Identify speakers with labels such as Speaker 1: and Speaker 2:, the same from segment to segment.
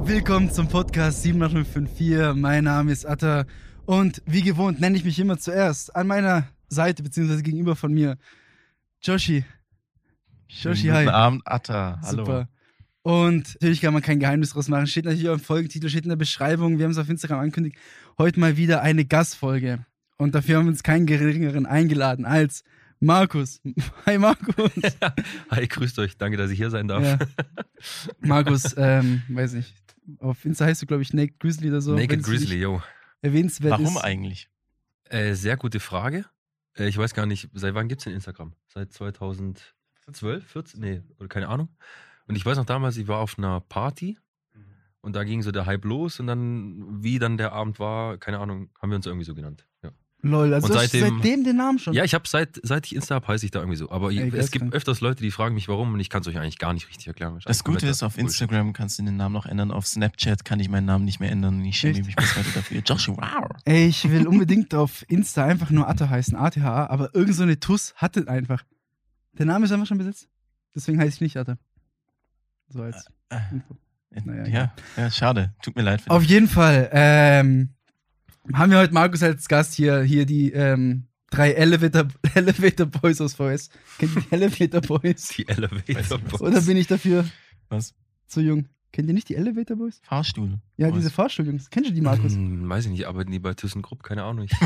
Speaker 1: Willkommen zum Podcast 78554. Mein Name ist Atta und wie gewohnt nenne ich mich immer zuerst. An meiner Seite bzw. gegenüber von mir Joshi. Joshi,
Speaker 2: Guten
Speaker 1: hi.
Speaker 2: Abend, Atta. Hallo.
Speaker 1: Super. Und natürlich kann man kein Geheimnis draus machen. Steht natürlich auch im Folgentitel, steht in der Beschreibung. Wir haben es auf Instagram angekündigt. Heute mal wieder eine Gastfolge. Und dafür haben wir uns keinen geringeren eingeladen als Markus. Hi Markus.
Speaker 2: Hi, grüßt euch. Danke, dass ich hier sein darf.
Speaker 1: Ja. Markus, ähm, weiß nicht. Auf Insta heißt du, glaube ich, Naked Grizzly oder so.
Speaker 2: Naked
Speaker 1: wenn's
Speaker 2: Grizzly,
Speaker 1: nicht
Speaker 2: yo.
Speaker 1: Erwähnenswert
Speaker 3: Warum
Speaker 1: ist.
Speaker 3: eigentlich?
Speaker 2: Äh, sehr gute Frage. Äh, ich weiß gar nicht, seit wann gibt es denn Instagram? Seit 2012, 14? Nee, oder keine Ahnung. Und ich weiß noch damals, ich war auf einer Party
Speaker 1: Mhm.
Speaker 2: und da ging so der Hype los und dann, wie dann der Abend war, keine Ahnung, haben wir uns irgendwie so genannt. Ja,
Speaker 1: Lol, also
Speaker 2: Und
Speaker 1: hast du
Speaker 2: seitdem-
Speaker 1: seitdem den Namen schon.
Speaker 2: ja ich habe seit, seit ich Insta habe, heiße ich da irgendwie so. Aber
Speaker 1: Ey,
Speaker 2: es
Speaker 1: geil.
Speaker 2: gibt öfters Leute, die fragen mich warum und ich kann es euch eigentlich gar nicht richtig erklären.
Speaker 3: Das
Speaker 2: Wahrscheinlich
Speaker 3: Gute ist,
Speaker 2: kompletter
Speaker 3: auf
Speaker 2: Bullshit.
Speaker 3: Instagram kannst du den Namen noch ändern, auf Snapchat kann ich meinen Namen nicht mehr ändern und ich schäme
Speaker 1: Echt?
Speaker 3: mich bis heute dafür. Joshua.
Speaker 1: Ey, ich will unbedingt auf Insta einfach nur Atta heißen, ATHA, aber irgend so eine Tuss hat den einfach. Der Name ist einfach schon besetzt. Deswegen heiße ich nicht Atta. So als
Speaker 3: Äh,
Speaker 1: Info. Naja,
Speaker 3: ja, ja. schade. Tut mir leid für
Speaker 1: Auf jeden Fall ähm, haben wir heute Markus als Gast hier, hier die ähm, drei Elevator, Elevator Boys aus VS. Kennt ihr die Elevator Boys?
Speaker 2: Die Elevator Boys.
Speaker 1: Oder bin ich dafür
Speaker 3: Was?
Speaker 1: zu jung? Kennt ihr nicht die Elevator Boys?
Speaker 3: Fahrstuhl.
Speaker 1: Ja,
Speaker 3: Was?
Speaker 1: diese Fahrstuhljungs. Kennst du die, Markus?
Speaker 2: Hm, weiß ich nicht, arbeiten die bei ThyssenKrupp? Keine Ahnung. Ich,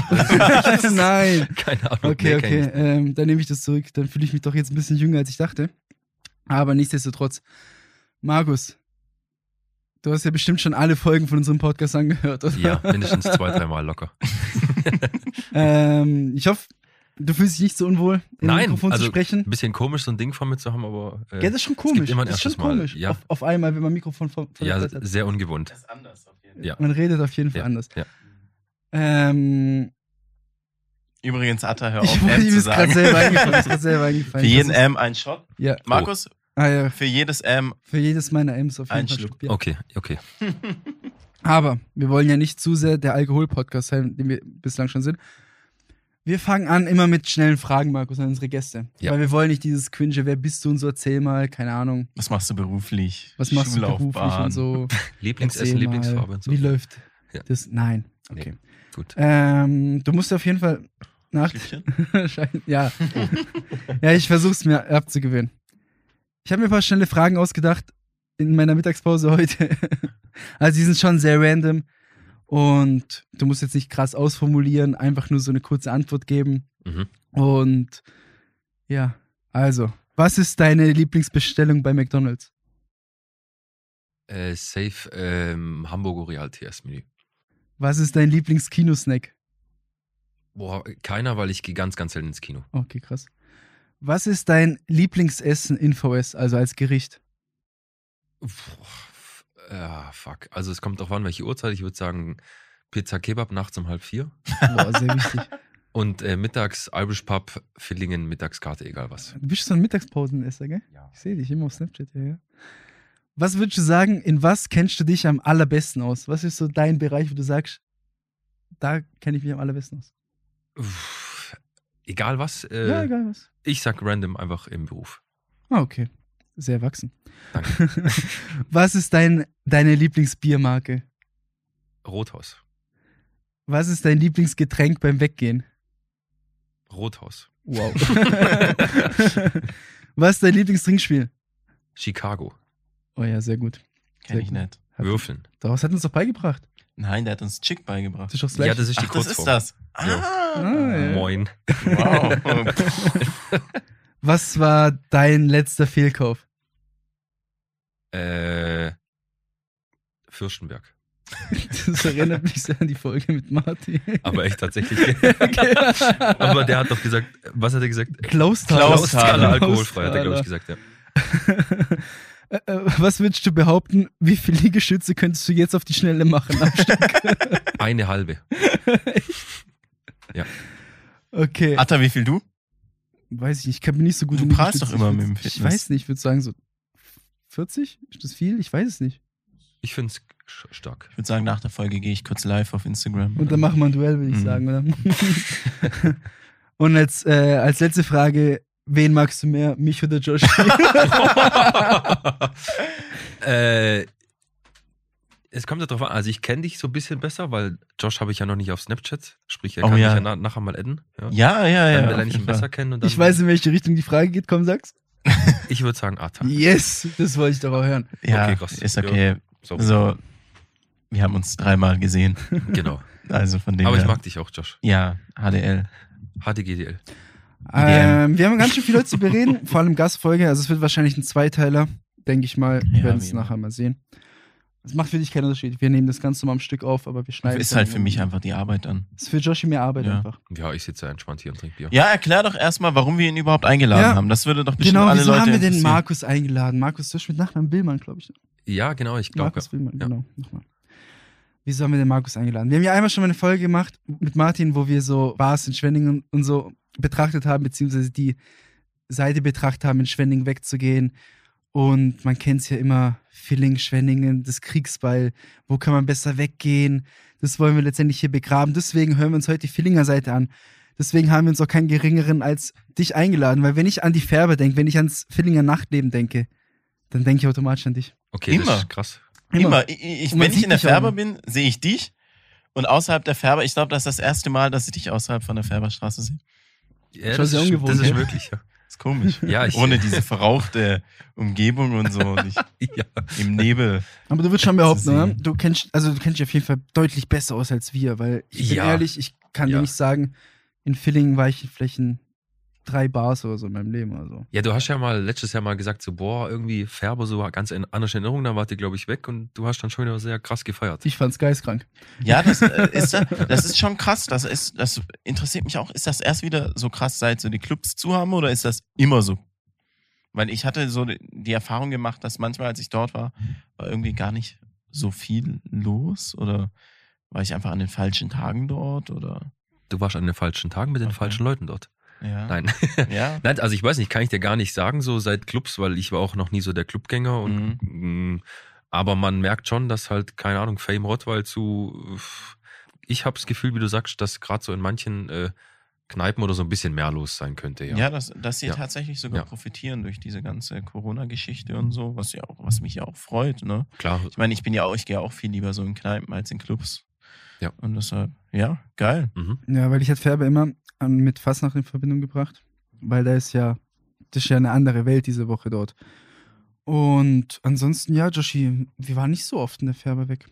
Speaker 1: Nein.
Speaker 2: keine Ahnung.
Speaker 1: Okay,
Speaker 2: nee, kenn ich
Speaker 1: okay, ähm, dann nehme ich das zurück. Dann fühle ich mich doch jetzt ein bisschen jünger, als ich dachte. Aber nichtsdestotrotz, Markus, du hast ja bestimmt schon alle Folgen von unserem Podcast angehört, oder?
Speaker 2: nicht. Ja, mindestens zwei, dreimal locker.
Speaker 1: Ähm, ich hoffe, du fühlst dich nicht so unwohl, im
Speaker 2: Nein,
Speaker 1: Mikrofon
Speaker 2: also-
Speaker 1: zu sprechen.
Speaker 2: Ein bisschen komisch, so ein Ding vor mir zu haben, aber. Äh,
Speaker 1: Ja, das ist schon
Speaker 2: gibt
Speaker 1: komisch.
Speaker 2: immer ein
Speaker 1: das ist schon
Speaker 2: erstes Mal,
Speaker 1: komisch.
Speaker 2: ja.
Speaker 1: Auf, auf einmal, wenn man Mikrofon von, von
Speaker 2: ja,
Speaker 1: der Seite hat.
Speaker 2: sehr ungewohnt.
Speaker 3: ist anders auf jeden
Speaker 2: Fall. ja.
Speaker 1: Man redet auf jeden Fall
Speaker 2: Ja,
Speaker 1: anders.
Speaker 2: ja.
Speaker 1: Ähm,
Speaker 3: Übrigens, Atta, hör
Speaker 1: ich
Speaker 3: auf,
Speaker 1: wollte
Speaker 3: M
Speaker 1: ihm
Speaker 3: zu
Speaker 1: ist gerade
Speaker 3: sagen.
Speaker 1: selber eingefallen. Ist grad selber eingefallen.
Speaker 3: Für jeden
Speaker 1: Das ist-
Speaker 3: M ein Shot.
Speaker 1: Ja,
Speaker 3: Markus,
Speaker 1: ah, ja,
Speaker 3: für jedes M.
Speaker 1: für jedes meiner M's auf jeden
Speaker 3: Ein
Speaker 1: Fall.
Speaker 3: Schluck.
Speaker 1: Ja.
Speaker 2: Okay, okay.
Speaker 1: Aber wir wollen ja nicht zu sehr der Alkohol-Podcast sein, den wir bislang schon sind. Wir fangen an immer mit schnellen Fragen, Markus, an unsere Gäste.
Speaker 2: Ja.
Speaker 1: Weil wir wollen nicht dieses Quinge, wer bist du und so, erzähl mal, keine Ahnung.
Speaker 3: Was machst du beruflich?
Speaker 1: Was machst du beruflich
Speaker 3: Schullaufbahn.
Speaker 1: und so?
Speaker 2: Lieblingsessen,
Speaker 1: Erzähl
Speaker 2: Lieblingsfarbe und so.
Speaker 1: Wie läuft
Speaker 2: Ja.
Speaker 1: das? Nein.
Speaker 2: Nee.
Speaker 1: Okay.
Speaker 2: Gut.
Speaker 1: Ähm, du musst auf jeden Fall nach.
Speaker 3: Schlückchen?
Speaker 1: Schein- ja. ja, ich versuch's mir abzugewöhnen. Ich habe mir ein paar schnelle Fragen ausgedacht in meiner Mittagspause heute. also die sind schon sehr random und du musst jetzt nicht krass ausformulieren, einfach nur so eine kurze Antwort geben.
Speaker 2: Mhm.
Speaker 1: Und ja, also, was ist deine Lieblingsbestellung bei McDonald's?
Speaker 2: Äh, safe ähm, Hamburger Real TS-Menü.
Speaker 1: Was ist dein Lieblingskinosnack?
Speaker 2: Boah, keiner, weil ich gehe ganz, ganz selten ins Kino.
Speaker 1: Okay, krass. Was ist dein Lieblingsessen in VS, also als Gericht?
Speaker 2: Uff, äh, fuck. Also es kommt auch an, welche Uhrzeit. Ich würde sagen, Pizza Kebab nachts um halb vier.
Speaker 1: Boah, sehr wichtig.
Speaker 2: Und äh, mittags Irish Pub, Villingen, Mittagskarte, egal was.
Speaker 1: Du bist so ein Mittagspausenesser, gell?
Speaker 2: Ja.
Speaker 1: Ich sehe dich immer auf Snapchat, ja, ja. Was würdest du sagen, in was kennst du dich am allerbesten aus? Was ist so dein Bereich, wo du sagst, da kenne ich mich am allerbesten aus?
Speaker 2: Uff, egal was. Äh,
Speaker 1: ja, egal was.
Speaker 2: Ich sag random einfach im Beruf.
Speaker 1: Ah, okay. Sehr erwachsen.
Speaker 2: Danke.
Speaker 1: Was ist dein, deine Lieblingsbiermarke?
Speaker 2: Rothaus.
Speaker 1: Was ist dein Lieblingsgetränk beim Weggehen?
Speaker 2: Rothaus.
Speaker 1: Wow. was ist dein Lieblingstrinkspiel?
Speaker 2: Chicago.
Speaker 1: Oh ja, sehr gut.
Speaker 3: Kenn ich
Speaker 1: Sehr gut.
Speaker 3: nicht.
Speaker 1: Hat-
Speaker 2: Würfeln.
Speaker 1: Daraus hat uns doch beigebracht.
Speaker 3: Nein, der hat uns Chick
Speaker 1: Das
Speaker 3: beigebracht.
Speaker 1: ist doch das
Speaker 2: Ja,
Speaker 1: Gleiche.
Speaker 2: das ist die
Speaker 3: Ach, das
Speaker 2: Kurzform.
Speaker 3: ist das.
Speaker 2: Jo.
Speaker 1: Ah,
Speaker 3: Äh.
Speaker 1: ja.
Speaker 2: Moin.
Speaker 3: Wow.
Speaker 1: Was war dein letzter Fehlkauf?
Speaker 2: Äh, Fürstenberg.
Speaker 1: Das erinnert mich sehr an die Folge mit Martin.
Speaker 2: Aber echt tatsächlich. Aber der hat doch gesagt, was hat er gesagt?
Speaker 1: Klausthaler.
Speaker 2: Klausthaler
Speaker 3: Klausthaler.
Speaker 2: alkoholfrei, hat er, glaube ich, gesagt, ja.
Speaker 1: Äh, äh, Was würdest du behaupten, wie viele Liegestütze könntest du jetzt auf die Schnelle machen? am Stück?
Speaker 2: Eine halbe.
Speaker 1: Okay.
Speaker 3: Atta, wie viel du?
Speaker 1: Weiß ich nicht, ich kann mir nicht so gut
Speaker 3: Du
Speaker 1: in
Speaker 3: prahlst
Speaker 1: Liegestütze.
Speaker 3: doch immer
Speaker 1: Ich
Speaker 3: mit dem
Speaker 1: würd- Ich
Speaker 3: Fitness.
Speaker 1: weiß nicht, ich würde sagen so 40? Ist das viel? Ich weiß es nicht.
Speaker 2: Ich finde es stark.
Speaker 3: Ich würde sagen, nach der Folge gehe ich kurz live auf Instagram.
Speaker 1: Und dann machen wir ein Duell, würde ich
Speaker 3: Mhm.
Speaker 1: sagen, oder? Und als, äh, als letzte Frage, Wen magst du mehr, mich oder Josh?
Speaker 2: äh, es kommt darauf an, also ich kenne dich so ein bisschen besser, weil Josh habe ich ja noch nicht auf Snapchat, sprich, er
Speaker 3: Oh
Speaker 2: kann
Speaker 3: ja.
Speaker 2: mich ja na nachher mal adden. Ja.
Speaker 3: Ja, ja, ja.
Speaker 2: Dann
Speaker 3: auf
Speaker 2: will er nicht
Speaker 3: jeden
Speaker 2: ihn
Speaker 3: Fall.
Speaker 2: besser kennen und dann,
Speaker 1: ich weiß, in welche Richtung die Frage geht, komm, sag's.
Speaker 2: ich würde sagen, Atan.
Speaker 1: Yes, das wollte ich doch auch hören.
Speaker 3: Ja,
Speaker 2: Okay, krass.
Speaker 3: ist okay.
Speaker 2: So,
Speaker 3: So, wir haben uns dreimal gesehen.
Speaker 2: genau.
Speaker 3: Also von dem
Speaker 2: Aber ich
Speaker 3: her-
Speaker 2: mag dich auch, Josh.
Speaker 3: Ja, HDL.
Speaker 2: HDGDL.
Speaker 1: Ähm, wir haben ganz schön viel heute zu bereden, vor allem Gastfolge. Also es wird wahrscheinlich ein Zweiteiler, denke ich mal. Wir
Speaker 3: Ja,
Speaker 1: werden
Speaker 3: wie
Speaker 1: es
Speaker 3: immer.
Speaker 1: nachher mal sehen. Es macht für dich keinen Unterschied. Wir nehmen das Ganze mal am Stück auf, aber wir schneiden.
Speaker 3: Ist
Speaker 1: dann
Speaker 3: halt für
Speaker 1: immer.
Speaker 3: mich einfach die Arbeit dann.
Speaker 1: Ist für Joshi mehr Arbeit
Speaker 3: Ja.
Speaker 1: einfach.
Speaker 2: Ja, ich sitze entspannt hier und trinke Bier.
Speaker 3: Ja, erklär doch erstmal, warum wir ihn überhaupt eingeladen
Speaker 1: Ja.
Speaker 3: haben. Das würde doch bestimmt
Speaker 1: Genau,
Speaker 3: alle
Speaker 1: wieso
Speaker 3: Leute
Speaker 1: haben wir den
Speaker 3: interessieren.
Speaker 1: Markus eingeladen? Markus Tisch mit Nachnamen Billmann, glaube ich. ne?
Speaker 2: Ja, genau, ich glaube.
Speaker 1: Markus Billmann,
Speaker 2: Ja.
Speaker 1: genau. Nochmal. Wieso haben wir den Markus eingeladen? Wir haben ja einmal schon mal eine Folge gemacht mit Martin, wo wir so Bars in Schwenningen und so betrachtet haben, beziehungsweise die Seite betrachtet haben, in Schwenningen wegzugehen. Und man kennt es ja immer, Filling, Schwenningen, das Kriegsbeil, wo kann man besser weggehen? Das wollen wir letztendlich hier begraben. Deswegen hören wir uns heute die Fillinger Seite an. Deswegen haben wir uns auch keinen geringeren als dich eingeladen, weil wenn ich an die Färber denke, wenn ich ans Fillinger Nachtleben denke, dann denke ich automatisch an dich.
Speaker 2: Okay,
Speaker 3: Immer.
Speaker 2: das ist krass.
Speaker 3: Immer. Ich, ich,
Speaker 1: Und man
Speaker 3: wenn ich
Speaker 1: sieht
Speaker 3: in der
Speaker 1: dich auch
Speaker 3: Färber
Speaker 1: immer.
Speaker 3: bin, sehe ich dich. Und außerhalb der Färber, ich glaube, das ist das erste Mal, dass ich dich außerhalb von der Färberstraße sehe.
Speaker 2: Ja,
Speaker 1: Schon
Speaker 2: das,
Speaker 1: sehr
Speaker 2: ist,
Speaker 1: ungewohnt,
Speaker 2: das ist
Speaker 1: ne?
Speaker 2: möglich, ja.
Speaker 3: ist komisch.
Speaker 2: Ja, ich,
Speaker 3: Ohne diese verrauchte Umgebung und so. Und ich,
Speaker 2: ja.
Speaker 3: Im Nebel.
Speaker 1: Aber du würdest schon
Speaker 3: Zu
Speaker 1: behaupten,
Speaker 3: sehen.
Speaker 1: ne? du kennst, also du kennst dich auf jeden Fall deutlich besser aus als wir, weil ich bin
Speaker 2: Ja.
Speaker 1: ehrlich, ich kann
Speaker 2: Ja.
Speaker 1: dir nicht sagen, in Villingen war ich in Flächen drei Bars oder so in meinem Leben also. oder so.
Speaker 2: ja, du hast ja mal letztes Jahr mal gesagt, so, boah, irgendwie Färber so ganz in anders in Erinnerung, dann wart ihr, glaube ich, weg und du hast dann schon wieder sehr krass gefeiert.
Speaker 1: Ich fand's geistkrank.
Speaker 3: Ja, das äh, ist, da- das ist schon krass. Das, ist, das interessiert mich auch. Ist das erst wieder so krass, seit so die Clubs zu haben oder ist das immer so? Weil ich hatte so die- die Erfahrung gemacht, dass manchmal, als ich dort war, war irgendwie gar nicht so viel los oder war ich einfach an den falschen Tagen dort oder
Speaker 2: Du warst an den falschen Tagen mit den
Speaker 3: Okay.
Speaker 2: falschen Leuten dort.
Speaker 3: ja.
Speaker 2: Nein.
Speaker 3: Ja.
Speaker 2: Nein, also ich weiß nicht, kann ich dir gar nicht sagen, so seit Clubs, weil ich war auch noch nie so der Clubgänger und
Speaker 3: Mhm.
Speaker 2: mh, aber man merkt schon, dass halt, keine Ahnung, Fame Rottweil zu ich habe das Gefühl, wie du sagst, dass gerade so in manchen äh, Kneipen oder so ein bisschen mehr los sein könnte, ja.
Speaker 3: Ja, dass, dass sie
Speaker 2: Ja.
Speaker 3: tatsächlich sogar
Speaker 2: Ja.
Speaker 3: profitieren durch diese ganze Corona-Geschichte und so, was ja auch, was mich ja auch freut, ne?
Speaker 2: Klar,
Speaker 3: Ich meine, ich bin ja auch, ich gehe auch viel lieber so in Kneipen als in Clubs.
Speaker 2: Ja.
Speaker 3: Und deshalb, ja, geil.
Speaker 2: mhm.
Speaker 1: Ja, weil ich hätte Färber immer an, mit Fasnacht in Verbindung gebracht, weil da ist ja, das ist ja eine andere Welt diese Woche dort. Und ansonsten, ja, Joshi, wir waren nicht so oft in der Färber weg.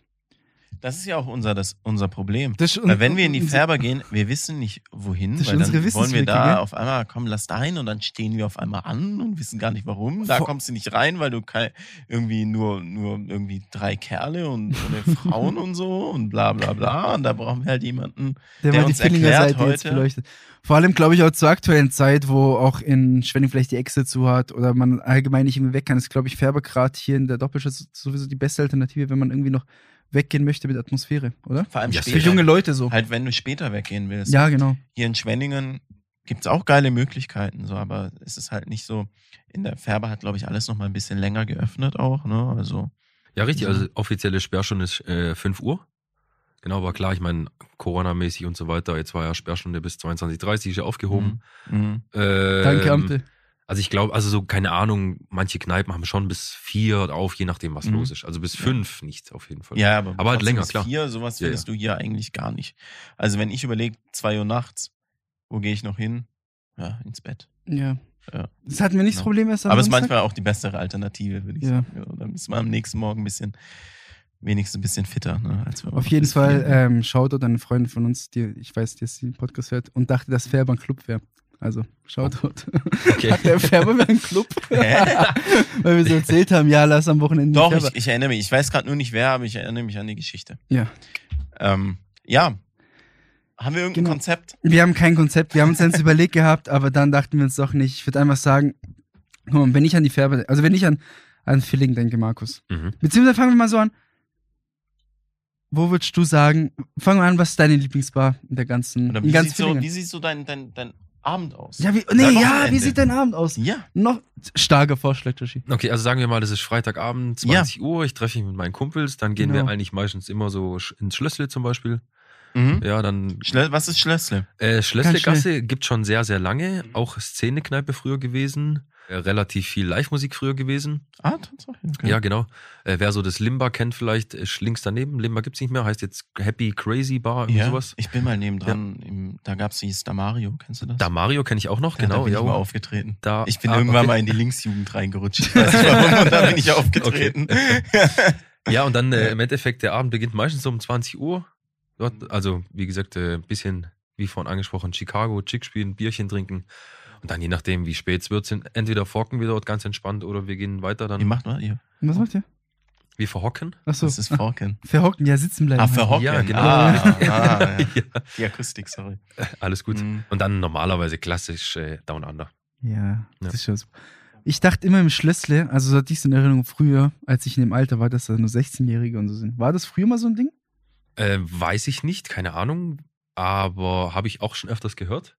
Speaker 3: Das ist ja auch unser, das, unser Problem.
Speaker 1: Das ist
Speaker 3: Weil wenn wir in die
Speaker 1: unser-
Speaker 3: Färber gehen, wir wissen nicht, wohin,
Speaker 1: Das ist
Speaker 3: weil dann
Speaker 1: unsere
Speaker 3: wollen wir
Speaker 1: Wissenslücke,
Speaker 3: da
Speaker 1: gell?
Speaker 3: auf einmal, komm, lass da hin und dann stehen wir auf einmal an und wissen gar nicht warum. Da
Speaker 1: Vor-
Speaker 3: kommst du nicht rein, weil du kein, irgendwie nur, nur irgendwie drei Kerle und ohne Frauen und so und bla bla bla. Und da brauchen wir halt jemanden.
Speaker 1: der,
Speaker 3: der
Speaker 1: mal die
Speaker 3: uns
Speaker 1: Fillinger
Speaker 3: erklärt
Speaker 1: Seite jetzt
Speaker 3: heute.
Speaker 1: beleuchtet. Vor allem, glaube ich, auch zur aktuellen Zeit, wo auch in Schwenning vielleicht die Echse zu hat oder man allgemein nicht irgendwie weg kann, ist, glaube ich, Färber gerade hier in der Doppelstadt sowieso die beste Alternative, wenn man irgendwie noch weggehen möchte mit Atmosphäre, oder?
Speaker 3: Vor allem
Speaker 2: Ja,
Speaker 1: Für
Speaker 2: Sicher.
Speaker 1: junge Leute so.
Speaker 3: Halt, wenn du später weggehen willst.
Speaker 1: Ja, genau.
Speaker 3: Hier in Schwenningen gibt es auch geile Möglichkeiten, so, aber es ist halt nicht so. In der Färber hat, glaube ich, alles nochmal ein bisschen länger geöffnet auch, ne? Also.
Speaker 2: Ja, richtig.
Speaker 3: So.
Speaker 2: Also offizielle Sperrstunde ist äh, 5 Uhr. Genau, aber klar, ich meine, Corona-mäßig und so weiter. Jetzt war ja Sperrstunde bis 22.30 ist ja aufgehoben.
Speaker 3: Mhm.
Speaker 2: Ähm,
Speaker 1: Danke, Ampel.
Speaker 2: Also ich glaube, also so, keine Ahnung, manche Kneipen haben schon bis 4 auf, je nachdem, was
Speaker 3: Mhm.
Speaker 2: los ist. Also bis 5 nicht auf jeden Fall.
Speaker 3: mm, Ja, aber,
Speaker 2: Aber halt
Speaker 3: trotzdem
Speaker 2: länger,
Speaker 3: ist
Speaker 2: klar.
Speaker 3: Vier, sowas
Speaker 2: Ja,
Speaker 3: findest du hier eigentlich gar nicht. Also, wenn ich überlege, zwei Uhr nachts, wo gehe ich noch hin? Ja, ins Bett.
Speaker 1: Ja.
Speaker 3: Ja.
Speaker 1: Das hatten wir nicht das
Speaker 3: Ja.
Speaker 1: Problem erst am
Speaker 3: aber es ist
Speaker 1: Samstag.
Speaker 3: manchmal auch die bessere Alternative, würde ich
Speaker 1: Ja.
Speaker 3: sagen. Ja, dann ist man am nächsten Morgen ein bisschen, wenigstens ein bisschen fitter. Ne, als wenn man
Speaker 1: Auf jeden
Speaker 3: bis
Speaker 1: Fall
Speaker 3: vier-
Speaker 1: ähm, schaut dort eine Freundin von uns, die ich weiß, die jetzt den Podcast hört und dachte, dass Färber ein Club wäre. Also, schaut dort.
Speaker 2: Okay.
Speaker 1: Hat der Färber wäre ein Club?
Speaker 3: Hä?
Speaker 1: Weil wir so erzählt haben, ja, lass am Wochenende
Speaker 3: Doch,
Speaker 1: Färber.
Speaker 3: ich, ich erinnere mich. Ich weiß gerade nur nicht wer, aber ich erinnere mich an die Geschichte.
Speaker 1: Ja.
Speaker 3: Ähm, ja. Haben wir irgendein
Speaker 1: Genau.
Speaker 3: Konzept?
Speaker 1: Wir haben kein Konzept, wir haben uns jetzt überlegt gehabt, aber dann dachten wir uns doch nicht. Ich würde einfach sagen, guck mal, wenn ich an die Färber, also wenn ich an, an Filling denke, Markus.
Speaker 2: Mhm.
Speaker 1: Beziehungsweise fangen wir mal so an. Wo würdest du sagen, fangen wir an, was ist deine Lieblingsbar in der ganzen,
Speaker 3: Oder
Speaker 1: in
Speaker 3: wie,
Speaker 1: ganz
Speaker 3: sieht so,
Speaker 1: Villingen?
Speaker 3: wie sieht so dein, dein, dein Abend aus?
Speaker 1: ja, wie, nee,
Speaker 3: Dein
Speaker 1: ja, wie
Speaker 3: Wochenende?
Speaker 1: sieht dein Abend aus?
Speaker 3: Ja.
Speaker 1: Noch starker Vorschlag, Joshi.
Speaker 2: Okay, also sagen wir mal, es ist Freitagabend,
Speaker 3: Ja.
Speaker 2: 20 Uhr, ich treffe mich mit meinen Kumpels, dann gehen
Speaker 1: Genau.
Speaker 2: wir eigentlich meistens immer so sch- ins Schlössle zum Beispiel.
Speaker 3: Mhm.
Speaker 2: Ja, dann
Speaker 3: Schle was ist Schlössle?
Speaker 2: Äh,
Speaker 1: Ganz
Speaker 2: Schlössle-Gasse gibt schon sehr, sehr lange.
Speaker 3: Mhm.
Speaker 2: Auch Szene-Kneipe früher gewesen. Äh, relativ viel Live-Musik früher gewesen.
Speaker 3: Ah, Tatsache. Okay.
Speaker 2: Ja, genau. Äh, wer so das Limba kennt, vielleicht ist links daneben. Limba gibt's nicht mehr. Heißt jetzt Happy Crazy Bar, irgendwie
Speaker 3: Ja,
Speaker 2: sowas.
Speaker 3: Ich bin mal nebendran, im, da gab es die Star Mario, kennst du das?
Speaker 2: Da Mario kenne ich auch noch,
Speaker 3: ja,
Speaker 2: genau.
Speaker 3: da bin
Speaker 2: ja,
Speaker 3: ich mal
Speaker 2: wow.
Speaker 3: aufgetreten.
Speaker 2: Da-
Speaker 3: Ich bin
Speaker 2: ah,
Speaker 3: irgendwann
Speaker 2: okay.
Speaker 3: mal in die Linksjugend reingerutscht. Ich weiß nicht warum, und da bin ich aufgetreten.
Speaker 2: Ja, und dann äh, im Endeffekt, der Abend beginnt meistens so um 20 Uhr. Dort, also, wie gesagt, äh, ein bisschen, wie vorhin angesprochen, Chicago, Chick spielen, Bierchen trinken. Und dann, je nachdem, wie spät es wird, sind entweder forken wir dort ganz entspannt oder wir gehen weiter
Speaker 3: Ihr
Speaker 2: dann.
Speaker 3: macht mal, ihr.
Speaker 1: Was macht ihr?
Speaker 2: Wir verhocken.
Speaker 1: Achso.
Speaker 3: Das ist Forken.
Speaker 1: Verhocken, ja, sitzen bleiben.
Speaker 3: Ah, verhocken.
Speaker 2: Ja, genau.
Speaker 3: Ah, ah, ja.
Speaker 2: Ja,
Speaker 3: Die Akustik, sorry.
Speaker 2: alles gut.
Speaker 3: Mhm.
Speaker 2: Und dann normalerweise klassisch äh, Down Under.
Speaker 1: Ja, das
Speaker 2: Ja.
Speaker 1: ist schon super. Ich dachte immer im Schlössle, also so hatte ich es in Erinnerung früher, als ich in dem Alter war, dass da nur 16-Jährige und so sind. War das früher mal so ein Ding?
Speaker 2: Äh, weiß ich nicht, keine Ahnung, aber habe ich auch schon öfters gehört.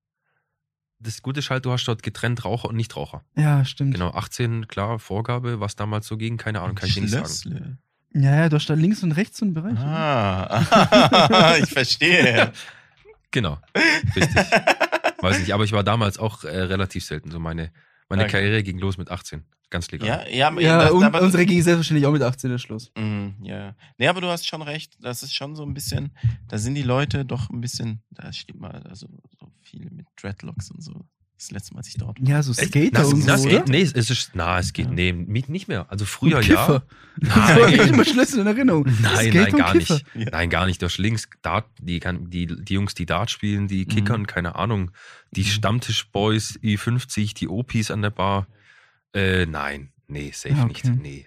Speaker 2: Das Gute ist halt, du hast dort getrennt Raucher und Nichtraucher.
Speaker 1: Ja,
Speaker 3: Mhm.
Speaker 1: stimmt.
Speaker 2: Genau, 18, klar, Vorgabe, was damals so ging, keine Ahnung, kann ich dir nicht sagen.
Speaker 3: Schlössle.
Speaker 1: Ja, ja, du hast da links und rechts so einen Bereich. oder?
Speaker 3: Ah, ich verstehe.
Speaker 2: Genau, richtig. weiß nicht, aber ich war damals auch äh, relativ selten. So meine, meine
Speaker 3: Okay.
Speaker 2: Karriere ging los mit 18, ganz legal.
Speaker 3: Ja, ja, aber
Speaker 1: Ja,
Speaker 3: das-
Speaker 1: und
Speaker 3: aber-
Speaker 1: unsere ging selbstverständlich auch mit 18 der Schluss.
Speaker 3: Mhm, ja. Nee, aber du hast schon recht. Das ist schon so ein bisschen, da sind die Leute doch ein bisschen, da steht mal also, so viele mit Dreadlocks und so. Das letzte Mal, als ich dort war.
Speaker 1: Ja, so
Speaker 2: Echt?
Speaker 1: Skater
Speaker 2: na,
Speaker 1: und
Speaker 2: na,
Speaker 1: so,
Speaker 2: Skate-
Speaker 1: oder?
Speaker 2: Nee, es ist, na, es geht,
Speaker 3: Ja.
Speaker 2: nee, mich nicht mehr. Also
Speaker 1: Und
Speaker 2: früher ja.
Speaker 1: Kiffer. Das war echt immer Schlüssel in Erinnerung.
Speaker 2: Nein,
Speaker 1: Skate
Speaker 3: um
Speaker 2: nein,
Speaker 1: und
Speaker 2: gar
Speaker 1: Kiffer.
Speaker 2: nicht.
Speaker 3: Ja.
Speaker 2: Nein, gar nicht. Du hast links Dart, die, kann, die, die Jungs, die Dart spielen, die Kickern, keine Ahnung. Die
Speaker 3: Mhm.
Speaker 2: Stammtischboys, I50, die OPs an der Bar. Äh, nein, nee, safe
Speaker 1: Ah, okay.
Speaker 2: nicht. Nee.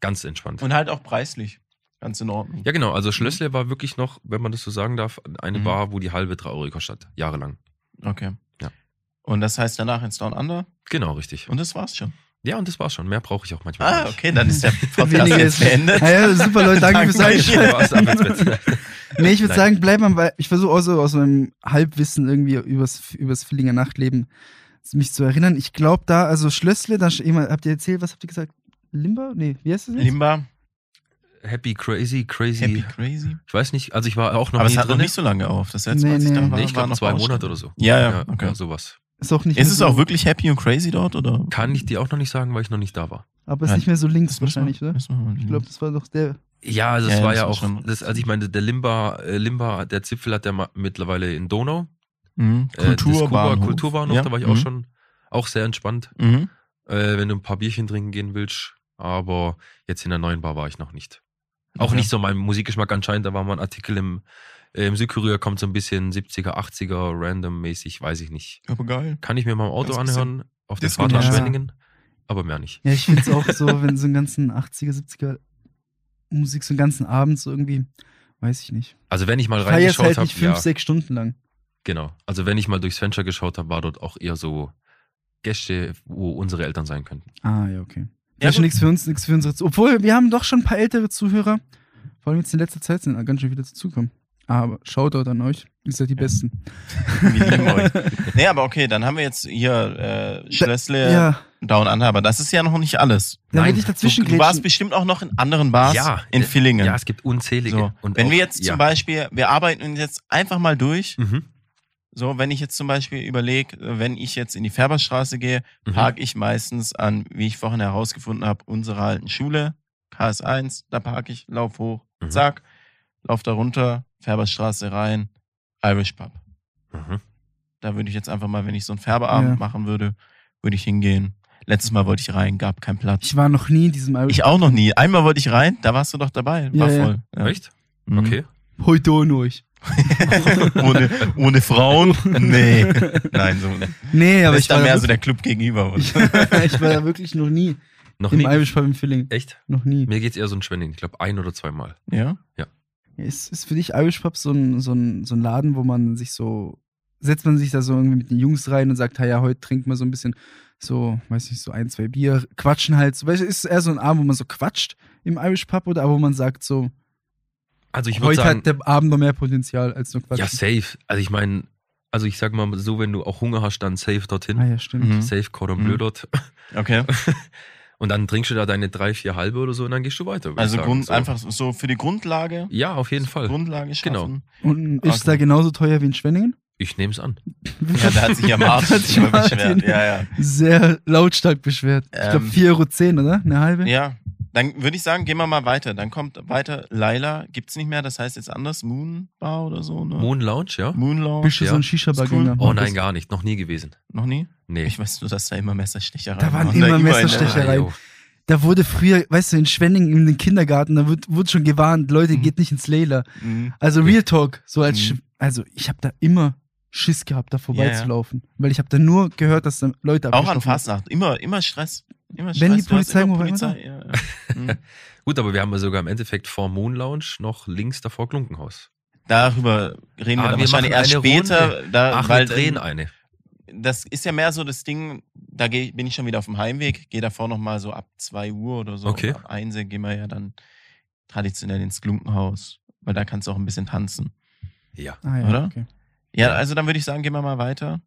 Speaker 2: Ganz entspannt.
Speaker 3: Und halt auch preislich. Ganz in Ordnung.
Speaker 2: ja, genau. Also Schlössle war wirklich noch, wenn man das so sagen darf, eine
Speaker 3: Mhm.
Speaker 2: Bar, wo die halbe 3 Euro gekostet hat. Jahrelang.
Speaker 3: Okay.
Speaker 2: Ja.
Speaker 3: Und das heißt danach ins Down Under
Speaker 2: Genau, richtig.
Speaker 3: und das war's schon.
Speaker 2: ja, und das war's schon. Mehr brauche ich auch manchmal.
Speaker 3: Ah,
Speaker 2: gar nicht.
Speaker 3: okay, dann ist der Podcast
Speaker 1: Weniger
Speaker 3: jetzt
Speaker 1: ist-
Speaker 3: beendet.
Speaker 1: Ah, ja, super, Leute, danke fürs
Speaker 3: Danke.
Speaker 1: Einschalten.
Speaker 2: Du warst ab ins Bett.
Speaker 1: Nee, ich würde
Speaker 2: Nein.
Speaker 1: sagen, bleib am Ball. Ich versuche auch so aus meinem Halbwissen irgendwie übers, übers Villinger Nachtleben mich zu erinnern. Ich glaube da, also Schlössle, da sch- immer, habt ihr erzählt, was habt ihr gesagt? Limba? Nee, wie heißt das jetzt?
Speaker 3: Limba,
Speaker 2: Happy, crazy, crazy.
Speaker 3: Happy Crazy.
Speaker 2: Ich weiß nicht, also ich war auch noch
Speaker 3: Aber
Speaker 2: nie
Speaker 3: es hat noch
Speaker 2: drin.
Speaker 3: nicht so lange auf. Das letzte
Speaker 1: Nee,
Speaker 3: Mal, als ich
Speaker 1: nee.
Speaker 3: da war,
Speaker 2: Nee, ich
Speaker 3: war
Speaker 2: glaube
Speaker 3: noch
Speaker 2: zwei
Speaker 3: Baustelle.
Speaker 2: Monate oder so.
Speaker 3: Ja, ja, okay.
Speaker 2: ja sowas.
Speaker 1: Ist auch nicht
Speaker 3: Ist
Speaker 1: mehr
Speaker 3: es
Speaker 1: so,
Speaker 3: auch wirklich Happy und Crazy dort oder?
Speaker 2: Kann ich dir auch noch nicht sagen, weil ich noch nicht da war.
Speaker 1: Aber es ist
Speaker 3: Nein.
Speaker 1: nicht mehr so links
Speaker 3: müssen wir-
Speaker 1: wahrscheinlich, oder?
Speaker 3: müssen wir mal-
Speaker 1: Ich glaube, das war doch der.
Speaker 2: Ja, also es
Speaker 3: Ja,
Speaker 2: war
Speaker 3: das
Speaker 2: ja
Speaker 3: war
Speaker 2: auch,
Speaker 3: schon-
Speaker 2: das, also ich meine, der Limba, äh, Limba, der Zipfel hat der ma- mittlerweile in Donau.
Speaker 3: Mhm.
Speaker 2: Äh, das Kuba-
Speaker 3: Kulturbahnhof.
Speaker 2: Kulturbahnhof,
Speaker 3: Ja.
Speaker 2: da war ich auch
Speaker 3: Mhm.
Speaker 2: schon, auch sehr entspannt,
Speaker 3: Mhm.
Speaker 2: äh, wenn du ein paar Bierchen trinken gehen willst. Aber jetzt in der neuen Bar war ich noch nicht. Auch
Speaker 3: Okay.
Speaker 2: nicht so mein Musikgeschmack anscheinend, da war mal ein Artikel im, äh, im Südkurier, kommt so ein bisschen 70er, 80er, random-mäßig, weiß ich nicht.
Speaker 3: Aber geil.
Speaker 2: Kann ich mir mal im Auto
Speaker 3: Ganz bisschen
Speaker 2: anhören, auf der
Speaker 3: Disco
Speaker 2: Fahrt nach
Speaker 1: Dash.
Speaker 2: Schwenningen, aber mehr nicht.
Speaker 1: Ja, ich finde es auch so, wenn so einen ganzen 80er, 70er Musik, so einen ganzen Abend so irgendwie, weiß ich nicht.
Speaker 2: Also wenn ich mal
Speaker 1: Feierst
Speaker 2: reingeschaut
Speaker 1: halt
Speaker 2: habe,
Speaker 1: nicht fünf,
Speaker 2: ja,
Speaker 1: sechs Stunden lang.
Speaker 2: genau. Also wenn ich mal durchs Fenster geschaut habe, war dort auch eher so Gäste, wo unsere Eltern sein könnten.
Speaker 1: Ah, ja, okay.
Speaker 3: Ja,
Speaker 1: Ja, schon
Speaker 3: gut.
Speaker 1: nichts für uns, nichts für unsere. Zu Obwohl, wir haben doch schon ein paar ältere Zuhörer. Vor allem jetzt in letzter Zeit sind ganz schön wieder dazukommen. Aber Shoutout an euch. Ihr seid die
Speaker 3: Ja.
Speaker 1: Besten.
Speaker 3: Wir lieben euch. Nee, aber okay, dann haben wir jetzt hier äh,
Speaker 1: Ja.
Speaker 3: Schlössle, Down Under, aber das ist ja noch nicht alles.
Speaker 1: Dann
Speaker 2: Nein,
Speaker 1: hätte ich dazwischen
Speaker 3: Du warst bestimmt auch noch in anderen Bars
Speaker 2: Ja,
Speaker 3: in
Speaker 2: äh,
Speaker 3: Villingen.
Speaker 2: Ja, es gibt unzählige.
Speaker 3: so.
Speaker 2: Und
Speaker 3: Wenn
Speaker 2: auch,
Speaker 3: wir jetzt
Speaker 2: ja.
Speaker 3: zum Beispiel, wir arbeiten uns jetzt einfach mal durch.
Speaker 2: Mhm.
Speaker 3: So, wenn ich jetzt zum Beispiel überlege, wenn ich jetzt in die Färberstraße gehe,
Speaker 2: Mhm.
Speaker 3: parke ich meistens an, wie ich vorhin herausgefunden habe, unserer alten Schule, KS1, da parke ich, lauf hoch,
Speaker 2: Mhm.
Speaker 3: zack, lauf da runter, Färberstraße rein, Irish Pub.
Speaker 2: Mhm.
Speaker 3: Da würde ich jetzt einfach mal, wenn ich so einen Färberabend
Speaker 1: Ja.
Speaker 3: machen würde, würde ich hingehen. Letztes Mal wollte ich rein, gab keinen Platz.
Speaker 1: Ich war noch nie in diesem Irish.
Speaker 3: Ich auch noch nie. Einmal wollte ich rein, da warst du doch dabei. War
Speaker 1: Ja, ja.
Speaker 3: voll. Ja.
Speaker 2: Echt?
Speaker 3: Mhm.
Speaker 2: Okay.
Speaker 1: Heute ohne euch.
Speaker 3: ohne, ohne Frauen? Nee. Nein, so.
Speaker 1: Nee, aber
Speaker 3: Aber
Speaker 1: ich
Speaker 3: ist
Speaker 1: war,
Speaker 3: da mehr
Speaker 1: da
Speaker 3: so der Club gegenüber. Oder?
Speaker 1: wirklich, ich, war da wirklich noch nie.
Speaker 2: Noch
Speaker 1: Im
Speaker 2: nie.
Speaker 1: Irish Pub im Filling.
Speaker 2: Echt?
Speaker 1: Noch nie.
Speaker 2: Mir geht's eher so ein Schwenning. Ich glaube ein oder zweimal.
Speaker 3: Ja.
Speaker 1: Ist, ist für dich Irish Pub so ein, so, ein, so ein Laden, wo man sich so. Setzt man sich da so irgendwie mit den Jungs rein und sagt, hey, ja, heute trinkt man so ein bisschen so, weiß nicht, so ein, zwei Bier, quatschen halt. So, weißt du, ist es eher so ein Abend, wo man so quatscht im Irish Pub oder aber wo man sagt so,
Speaker 2: Also ich würde
Speaker 1: heute
Speaker 2: sagen,
Speaker 1: hat der Abend noch mehr Potenzial als nur
Speaker 2: ja
Speaker 1: quatschen.
Speaker 2: safe. Also ich meine, also ich sag mal so, wenn du auch Hunger hast, dann safe dorthin.
Speaker 1: ah ja, Ah stimmt.
Speaker 3: Mhm.
Speaker 2: Safe Cordon
Speaker 3: Mhm.
Speaker 2: Bleu dort.
Speaker 3: Okay.
Speaker 2: Und dann trinkst du da deine drei, vier halbe oder so und dann gehst du weiter. würd ich
Speaker 3: Also
Speaker 2: sagen.
Speaker 3: Grund,
Speaker 2: so.
Speaker 3: einfach so für die Grundlage.
Speaker 2: Ja, auf jeden Fall.
Speaker 3: Grundlage
Speaker 2: Genau.
Speaker 3: schaffen.
Speaker 1: Und ist
Speaker 3: Ah,
Speaker 1: es da
Speaker 3: gut.
Speaker 1: genauso teuer wie in Schwenningen?
Speaker 2: Ich nehme es an.
Speaker 3: Ja, da hat sich ja Martin
Speaker 1: hat sich
Speaker 3: drüber
Speaker 1: Martin-
Speaker 3: beschwert. Ja, ja.
Speaker 1: Sehr lautstark beschwert. Ich glaube
Speaker 3: Ähm.
Speaker 1: 4,10 Euro, oder? Eine halbe?
Speaker 3: Ja, dann würde ich sagen, gehen wir mal weiter. Dann kommt weiter Laila, gibt's nicht mehr, das heißt jetzt anders Moonbar oder so, ne?
Speaker 2: Moon Lounge, ja?
Speaker 3: Moon Lounge,
Speaker 1: Bist du
Speaker 2: Ja.
Speaker 1: so ein Shisha-Bargänger?
Speaker 2: Oh nein, gar nicht. Noch nie gewesen.
Speaker 3: noch nie?
Speaker 2: Nee.
Speaker 3: Ich weiß nur, dass da immer Messerstechereien
Speaker 1: Da waren
Speaker 3: waren.
Speaker 1: immer
Speaker 3: in der-
Speaker 1: Messerstechereien.
Speaker 2: jo.
Speaker 1: Da wurde früher, weißt du, in Schwenningen in den Kindergarten, da wird, wurde schon gewarnt, Leute,
Speaker 3: Mhm.
Speaker 1: geht nicht ins Layla.
Speaker 3: Mhm.
Speaker 1: Also Real Talk, so als
Speaker 3: Mhm.
Speaker 1: Sch- also ich habe da immer Schiss gehabt, da vorbeizulaufen, weil ich habe da nur gehört, dass da Leute
Speaker 3: Auch an
Speaker 1: abgestochen
Speaker 3: Fastnacht, immer, immer Stress. Immer Stress.
Speaker 1: Wenn die
Speaker 3: Du hast
Speaker 1: Polizei
Speaker 3: immer
Speaker 1: ruft,
Speaker 3: Polizei. Ja, ja. Mhm.
Speaker 2: Gut, aber wir haben sogar im Endeffekt vor Moon Lounge noch links davor Glunkenhaus.
Speaker 3: Darüber reden wir,
Speaker 2: Ah,
Speaker 3: dann
Speaker 2: wir
Speaker 3: wahrscheinlich
Speaker 2: machen
Speaker 3: erst
Speaker 2: eine
Speaker 3: später. Da,
Speaker 2: Ach,
Speaker 3: weil
Speaker 2: wir drehen eine.
Speaker 3: das ist ja mehr so das Ding, da geh, bin ich schon wieder auf dem Heimweg, gehe davor nochmal so ab 2 Uhr oder so.
Speaker 2: Okay.
Speaker 3: Oder ab 1 Uhr gehen wir ja dann traditionell ins Glunkenhaus, weil da kannst du auch ein bisschen tanzen.
Speaker 2: Ja.
Speaker 1: Ah, ja,
Speaker 3: oder?
Speaker 1: Okay.
Speaker 3: Ja,
Speaker 2: Ja.
Speaker 3: also dann würde ich sagen, gehen wir mal weiter.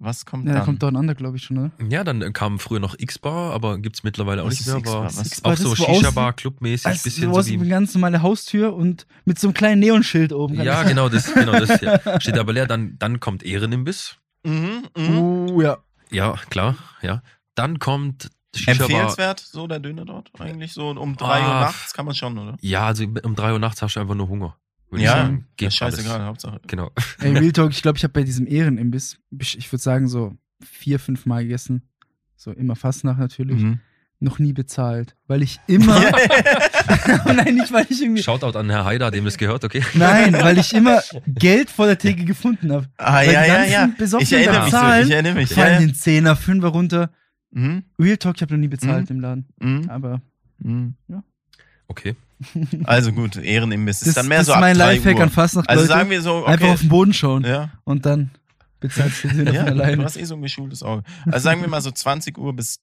Speaker 3: Was kommt
Speaker 1: Ja, da
Speaker 3: dann?
Speaker 1: kommt Down Under, glaube ich schon, oder?
Speaker 2: Ja, dann kam früher noch X-Bar, aber gibt's mittlerweile auch
Speaker 3: Was
Speaker 2: nicht
Speaker 3: ist
Speaker 2: mehr. Aber
Speaker 3: X-Bar? Was-
Speaker 1: Six
Speaker 2: auch
Speaker 1: Bar,
Speaker 2: so
Speaker 1: das, wo aussieht-
Speaker 2: Shisha-Bar, Clubmäßig,
Speaker 1: als-
Speaker 2: bisschen
Speaker 1: du
Speaker 2: so
Speaker 1: hast eine
Speaker 2: wie.
Speaker 1: ganz normale Haustür und mit so einem kleinen Neonschild oben.
Speaker 2: Ja, genau, das, genau, das ja. steht aber leer. Dann, dann kommt Ehrenimbiss.
Speaker 3: Mhm, mhm.
Speaker 1: Oh ja.
Speaker 2: Ja, klar, ja. Dann kommt Shisha-Bar.
Speaker 3: Empfehlenswert, so der Döner dort eigentlich so um 3 Uhr
Speaker 2: Ah.
Speaker 3: nachts kann man schon, oder?
Speaker 2: Ja, also um 3 Uhr nachts hast du einfach nur Hunger. Würde
Speaker 3: Ja,
Speaker 2: ich sagen.
Speaker 3: Ja,
Speaker 2: Geht
Speaker 3: scheißegal,
Speaker 2: alles.
Speaker 3: Hauptsache.
Speaker 2: Genau.
Speaker 1: Ey, Real Talk, ich glaube, ich habe bei diesem Ehrenimbiss, ich würde sagen, so vier, fünf Mal gegessen. So immer Fastnacht natürlich.
Speaker 3: Mhm.
Speaker 1: Noch nie bezahlt. Weil ich immer. Nein, nicht, weil ich irgendwie.
Speaker 2: Shoutout an Herr Haider, dem das gehört, okay?
Speaker 1: Nein, weil ich immer Geld vor der Theke gefunden habe.
Speaker 3: Ah,
Speaker 1: Weil
Speaker 3: ja,
Speaker 1: die
Speaker 3: ja,
Speaker 1: ganzen
Speaker 3: ja.
Speaker 1: Besoffenen
Speaker 3: Ich erinnere
Speaker 1: da
Speaker 3: mich, so,
Speaker 1: zahlen,
Speaker 3: ich erinnere mich. Ja,
Speaker 1: fallen
Speaker 3: ja.
Speaker 1: den Zehner, Fünfer runter.
Speaker 3: Mhm.
Speaker 1: Real Talk, ich habe noch nie bezahlt
Speaker 3: Mhm.
Speaker 1: im Laden.
Speaker 3: Mhm.
Speaker 1: Aber
Speaker 3: Mhm.
Speaker 2: Okay.
Speaker 3: Also gut, Ehrenimbiss
Speaker 1: das
Speaker 3: ist dann mehr
Speaker 1: das
Speaker 3: so
Speaker 1: ist
Speaker 3: ab
Speaker 1: mein
Speaker 3: 3
Speaker 1: Lifehack
Speaker 3: Uhr.
Speaker 1: an Fastnacht,
Speaker 3: Also
Speaker 1: Leute.
Speaker 3: sagen wir so, okay,
Speaker 1: Einfach auf den Boden schauen
Speaker 3: ja.
Speaker 1: und dann bezahlst du den ja,
Speaker 3: ja,
Speaker 1: von alleine.
Speaker 3: Du hast eh so ein geschultes Auge. Also sagen wir mal so 20 Uhr bis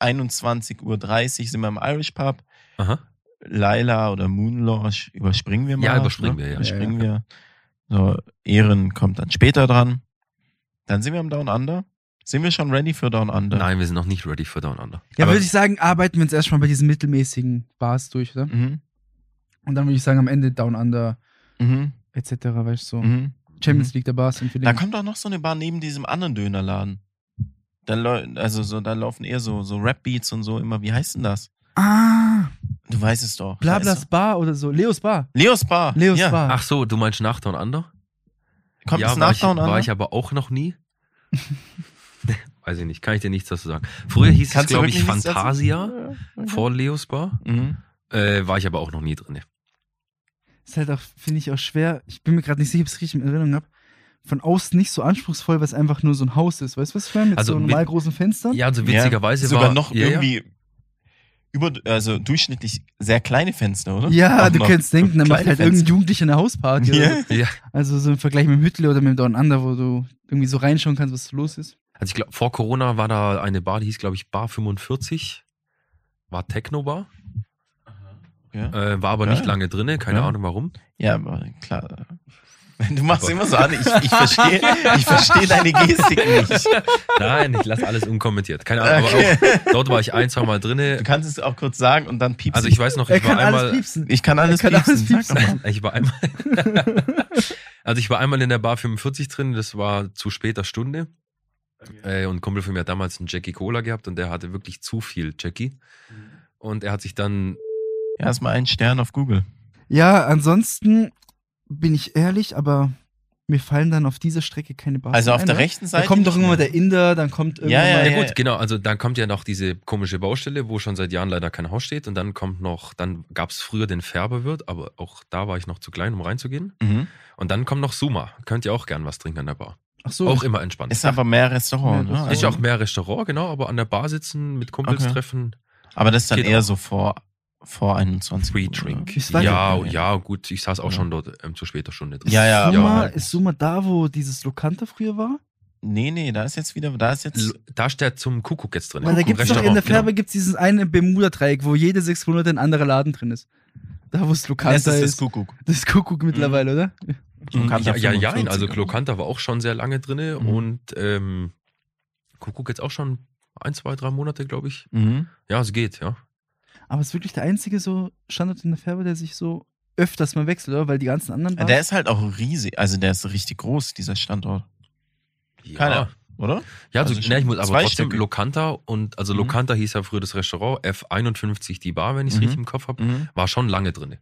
Speaker 3: 21.30 Uhr sind wir im Irish Pub.
Speaker 2: Aha.
Speaker 3: Laila oder Moon Lodge überspringen wir mal. ne?
Speaker 2: Ja, überspringen wir, ja.
Speaker 3: Überspringen wir. So, Ehren kommt dann später dran. Dann sind wir am Down Under. Sind wir schon ready für Down Under?
Speaker 2: Nein, wir sind noch nicht ready für Down Under.
Speaker 1: Ja,
Speaker 2: Aber
Speaker 1: würde ich sagen, arbeiten wir uns erstmal bei diesen mittelmäßigen Bars durch, oder?
Speaker 3: Mhm.
Speaker 1: Und dann würde ich sagen, am Ende Down Under,
Speaker 3: Mhm.
Speaker 1: etc., weißt du, so.
Speaker 3: Mhm.
Speaker 1: Champions League der Bars sind für
Speaker 3: Da
Speaker 1: den.
Speaker 3: kommt auch noch so eine Bar neben diesem anderen Dönerladen. Da, läu- also so, da laufen eher so, so Rap-Beats und so immer. Wie heißt denn das?
Speaker 1: Ah,
Speaker 3: Du weißt es doch.
Speaker 1: Blablas Bar oder so. Leos Bar.
Speaker 3: Leos Bar.
Speaker 1: Leos
Speaker 3: ja.
Speaker 1: Bar.
Speaker 2: Ach so, du meinst nach Down Under?
Speaker 3: Kommt es
Speaker 2: ja, war
Speaker 3: nach
Speaker 2: ich,
Speaker 3: Down
Speaker 2: War
Speaker 3: Under?
Speaker 2: ich aber auch noch nie. Weiß ich nicht, kann ich dir nichts dazu sagen. Früher hieß
Speaker 3: Kannst
Speaker 2: es,
Speaker 3: du
Speaker 2: glaube ich,
Speaker 3: wirklich nichts dazu-
Speaker 2: Fantasia
Speaker 3: Ja, okay.
Speaker 2: vor Leos Bar.
Speaker 3: Mhm.
Speaker 2: Äh, war ich aber auch noch nie drin.
Speaker 1: Ist halt auch, finde ich, auch schwer. Ich bin mir gerade nicht sicher, ob ich es richtig in Erinnerung habe. Von außen nicht so anspruchsvoll, weil es einfach nur so ein Haus ist. Weißt du, was ich meine? Mit
Speaker 2: Also
Speaker 1: so
Speaker 2: mit-
Speaker 1: normal großen Fenstern.
Speaker 2: Ja, also witzigerweise
Speaker 3: ja, sogar
Speaker 2: war
Speaker 3: noch
Speaker 2: ja, ja.
Speaker 3: irgendwie über also durchschnittlich sehr kleine Fenster, oder?
Speaker 1: Ja,
Speaker 3: Auch
Speaker 1: du
Speaker 3: noch.
Speaker 1: kannst denken, da macht
Speaker 3: Kleine
Speaker 1: halt
Speaker 3: Fenster.
Speaker 1: irgendein Jugendlicher eine Hausparty. Oder?
Speaker 3: Ja.
Speaker 1: so.
Speaker 2: Ja,
Speaker 1: Also so im Vergleich mit dem Hüttle oder mit dem Down Under, wo du irgendwie so reinschauen kannst, was los ist.
Speaker 2: also ich glaube, vor Corona war da eine Bar, die hieß, glaube ich, Bar 45. War Techno-Bar.
Speaker 3: Ja.
Speaker 2: Äh, war aber
Speaker 3: Geil.
Speaker 2: nicht lange drin, keine
Speaker 3: Ja.
Speaker 2: Ahnung warum.
Speaker 3: ja, aber klar. Du machst immer so an, ich, ich verstehe ich verstehe deine Gestik nicht.
Speaker 2: Nein, ich lasse alles unkommentiert. Keine Ahnung,
Speaker 3: Okay.
Speaker 2: aber auch, dort war ich ein, zwei Mal
Speaker 3: Du
Speaker 2: drin.
Speaker 3: kannst es auch kurz sagen und dann piepst
Speaker 2: Also ich weiß noch,
Speaker 1: Er
Speaker 2: ich war
Speaker 1: kann alles
Speaker 2: einmal,
Speaker 1: piepsen.
Speaker 3: Ich kann alles
Speaker 1: kann
Speaker 3: piepsen.
Speaker 1: alles
Speaker 3: Sag doch mal.
Speaker 2: Ich war einmal. also ich war einmal in der Bar 45 drin, das war zu später Stunde. Äh, und ein Kumpel von mir hat damals einen Jackie Cola gehabt und der hatte wirklich zu viel Jackie. Und er hat sich dann.
Speaker 3: Erstmal einen Stern auf Google.
Speaker 1: Ja, ansonsten bin ich ehrlich, aber mir fallen dann auf dieser Strecke keine Bars
Speaker 3: Also auf
Speaker 1: ein,
Speaker 3: der
Speaker 1: oder?
Speaker 3: rechten
Speaker 1: Da
Speaker 3: Seite.
Speaker 1: kommt doch
Speaker 3: nicht
Speaker 1: immer
Speaker 3: mehr.
Speaker 1: der Inder, dann kommt irgendwann
Speaker 3: Ja,
Speaker 1: mal
Speaker 2: Ja, gut, genau. Also dann kommt ja noch diese komische Baustelle, wo schon seit Jahren leider kein Haus steht. Und dann kommt noch, dann gab es früher den Färberwirt, aber auch da war ich noch zu klein, um reinzugehen.
Speaker 1: E-
Speaker 3: Mhm.
Speaker 2: Und dann kommt noch Suma. Könnt ihr auch gern was trinken an der Bar.
Speaker 1: Ach so.
Speaker 2: Auch immer entspannt.
Speaker 3: Ist aber mehr Restaurant.
Speaker 1: Ja, das
Speaker 3: ne?
Speaker 2: Ist
Speaker 1: Also-
Speaker 2: auch mehr Restaurant, genau, aber an der Bar sitzen, mit Kumpels
Speaker 3: Okay.
Speaker 2: treffen,
Speaker 3: Aber das ist dann
Speaker 2: Geht
Speaker 3: eher so vor, vor 21 Uhr,
Speaker 2: Free
Speaker 3: oder?
Speaker 2: Drink.
Speaker 1: Ist das-
Speaker 2: Ja, ja, gut, ich saß auch
Speaker 3: Ja.
Speaker 2: schon dort ähm, zu später Stunde drin.
Speaker 3: Ja, ja, aber-
Speaker 1: Suma,
Speaker 3: halt-
Speaker 1: ist Suma da, wo dieses Lokanta früher war?
Speaker 3: Nee, nee, da ist jetzt wieder, da ist jetzt,
Speaker 2: L- Da steht er zum Kuckuck jetzt drin.
Speaker 1: Weil da gibt es doch in der
Speaker 3: genau.
Speaker 1: Färbe gibt's dieses eine Bermuda-Dreieck, wo jede sechs Monate ein anderer Laden drin ist. Da, wo es Lokanta
Speaker 3: das
Speaker 1: ist.
Speaker 3: ist Mhm. das
Speaker 1: Das,
Speaker 3: Kuckuck.
Speaker 1: Kuckuck mittlerweile, oder?
Speaker 2: Genau.
Speaker 3: Lokanta
Speaker 2: Ja, ja, ja,
Speaker 3: 45,
Speaker 2: also
Speaker 3: oder?
Speaker 2: Lokanta war auch schon sehr lange drin
Speaker 3: Mhm.
Speaker 2: und ähm, Kuckuck jetzt auch schon ein, zwei, drei Monate, glaube ich.
Speaker 3: Mhm.
Speaker 2: Ja, es geht, ja.
Speaker 1: Aber es ist wirklich der einzige so Standard in der Färbe, der sich so öfters mal wechselt, oder? Weil die ganzen anderen
Speaker 3: Der ist halt auch riesig. Also der ist richtig groß, dieser Standort.
Speaker 2: Ja,
Speaker 3: Keine Ahnung. Oder?
Speaker 2: ja also,
Speaker 3: Also schon
Speaker 2: ne, ich muss aber
Speaker 3: zwei
Speaker 2: trotzdem
Speaker 3: Stücke.
Speaker 2: Locanta und, also
Speaker 3: Mhm.
Speaker 2: Locanta hieß ja früher das Restaurant, F51 die Bar, wenn ich es
Speaker 3: Mhm.
Speaker 2: richtig im Kopf habe,
Speaker 3: Mhm.
Speaker 2: war schon lange drin.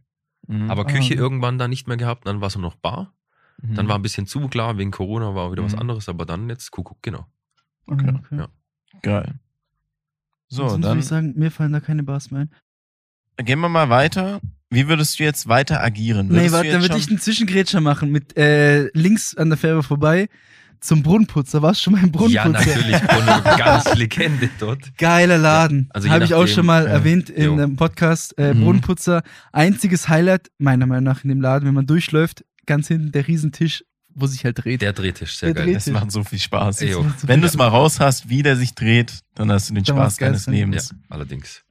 Speaker 3: Mhm.
Speaker 2: Aber Küche
Speaker 1: Ah.
Speaker 2: irgendwann dann nicht mehr gehabt, dann war es nur noch Bar.
Speaker 3: Mhm.
Speaker 2: Dann war ein bisschen zu, klar, wegen Corona war wieder was
Speaker 3: Mhm.
Speaker 2: anderes, aber dann jetzt Kuckuck, genau.
Speaker 1: Mhm, okay,
Speaker 2: ja.
Speaker 3: geil. So,
Speaker 1: Sonst würde
Speaker 3: dann
Speaker 1: ich sagen, mir fallen da keine Bars mehr ein.
Speaker 3: gehen wir mal weiter. Wie würdest du jetzt weiter agieren?
Speaker 1: Nee,
Speaker 3: Würdest
Speaker 1: warte,
Speaker 3: du
Speaker 1: dann
Speaker 3: jetzt
Speaker 1: würde ich
Speaker 3: schon-
Speaker 1: einen Zwischengrätscher machen mit äh, links an der Färbe vorbei zum Brunnenputzer. Warst du schon mal im
Speaker 2: Ja,
Speaker 1: Brunnenputzer?
Speaker 2: natürlich, Bruno, ganz Legende dort.
Speaker 1: Geiler Laden.
Speaker 2: Ja, also je
Speaker 1: Habe ich auch
Speaker 2: nachdem,
Speaker 1: schon mal
Speaker 3: ja.
Speaker 1: erwähnt in
Speaker 2: Jo.
Speaker 1: einem Podcast. Äh,
Speaker 3: Mhm.
Speaker 1: Brunnenputzer, einziges Highlight, meiner Meinung nach, in dem Laden, wenn man durchläuft, ganz hinten der Riesentisch, wo sich halt dreht.
Speaker 2: Der Drehtisch, sehr
Speaker 1: Der
Speaker 2: geil. ne?
Speaker 3: Das macht so viel Spaß.
Speaker 2: Ey, jo.
Speaker 1: macht so
Speaker 3: Wenn du
Speaker 1: viel
Speaker 3: es mal raus hast, wie der sich dreht, dann hast du den
Speaker 1: Dann
Speaker 3: Spaß
Speaker 1: macht's geil
Speaker 3: deines
Speaker 1: Sinn.
Speaker 2: Ja,
Speaker 3: Lebens.
Speaker 2: allerdings.
Speaker 1: Spaß.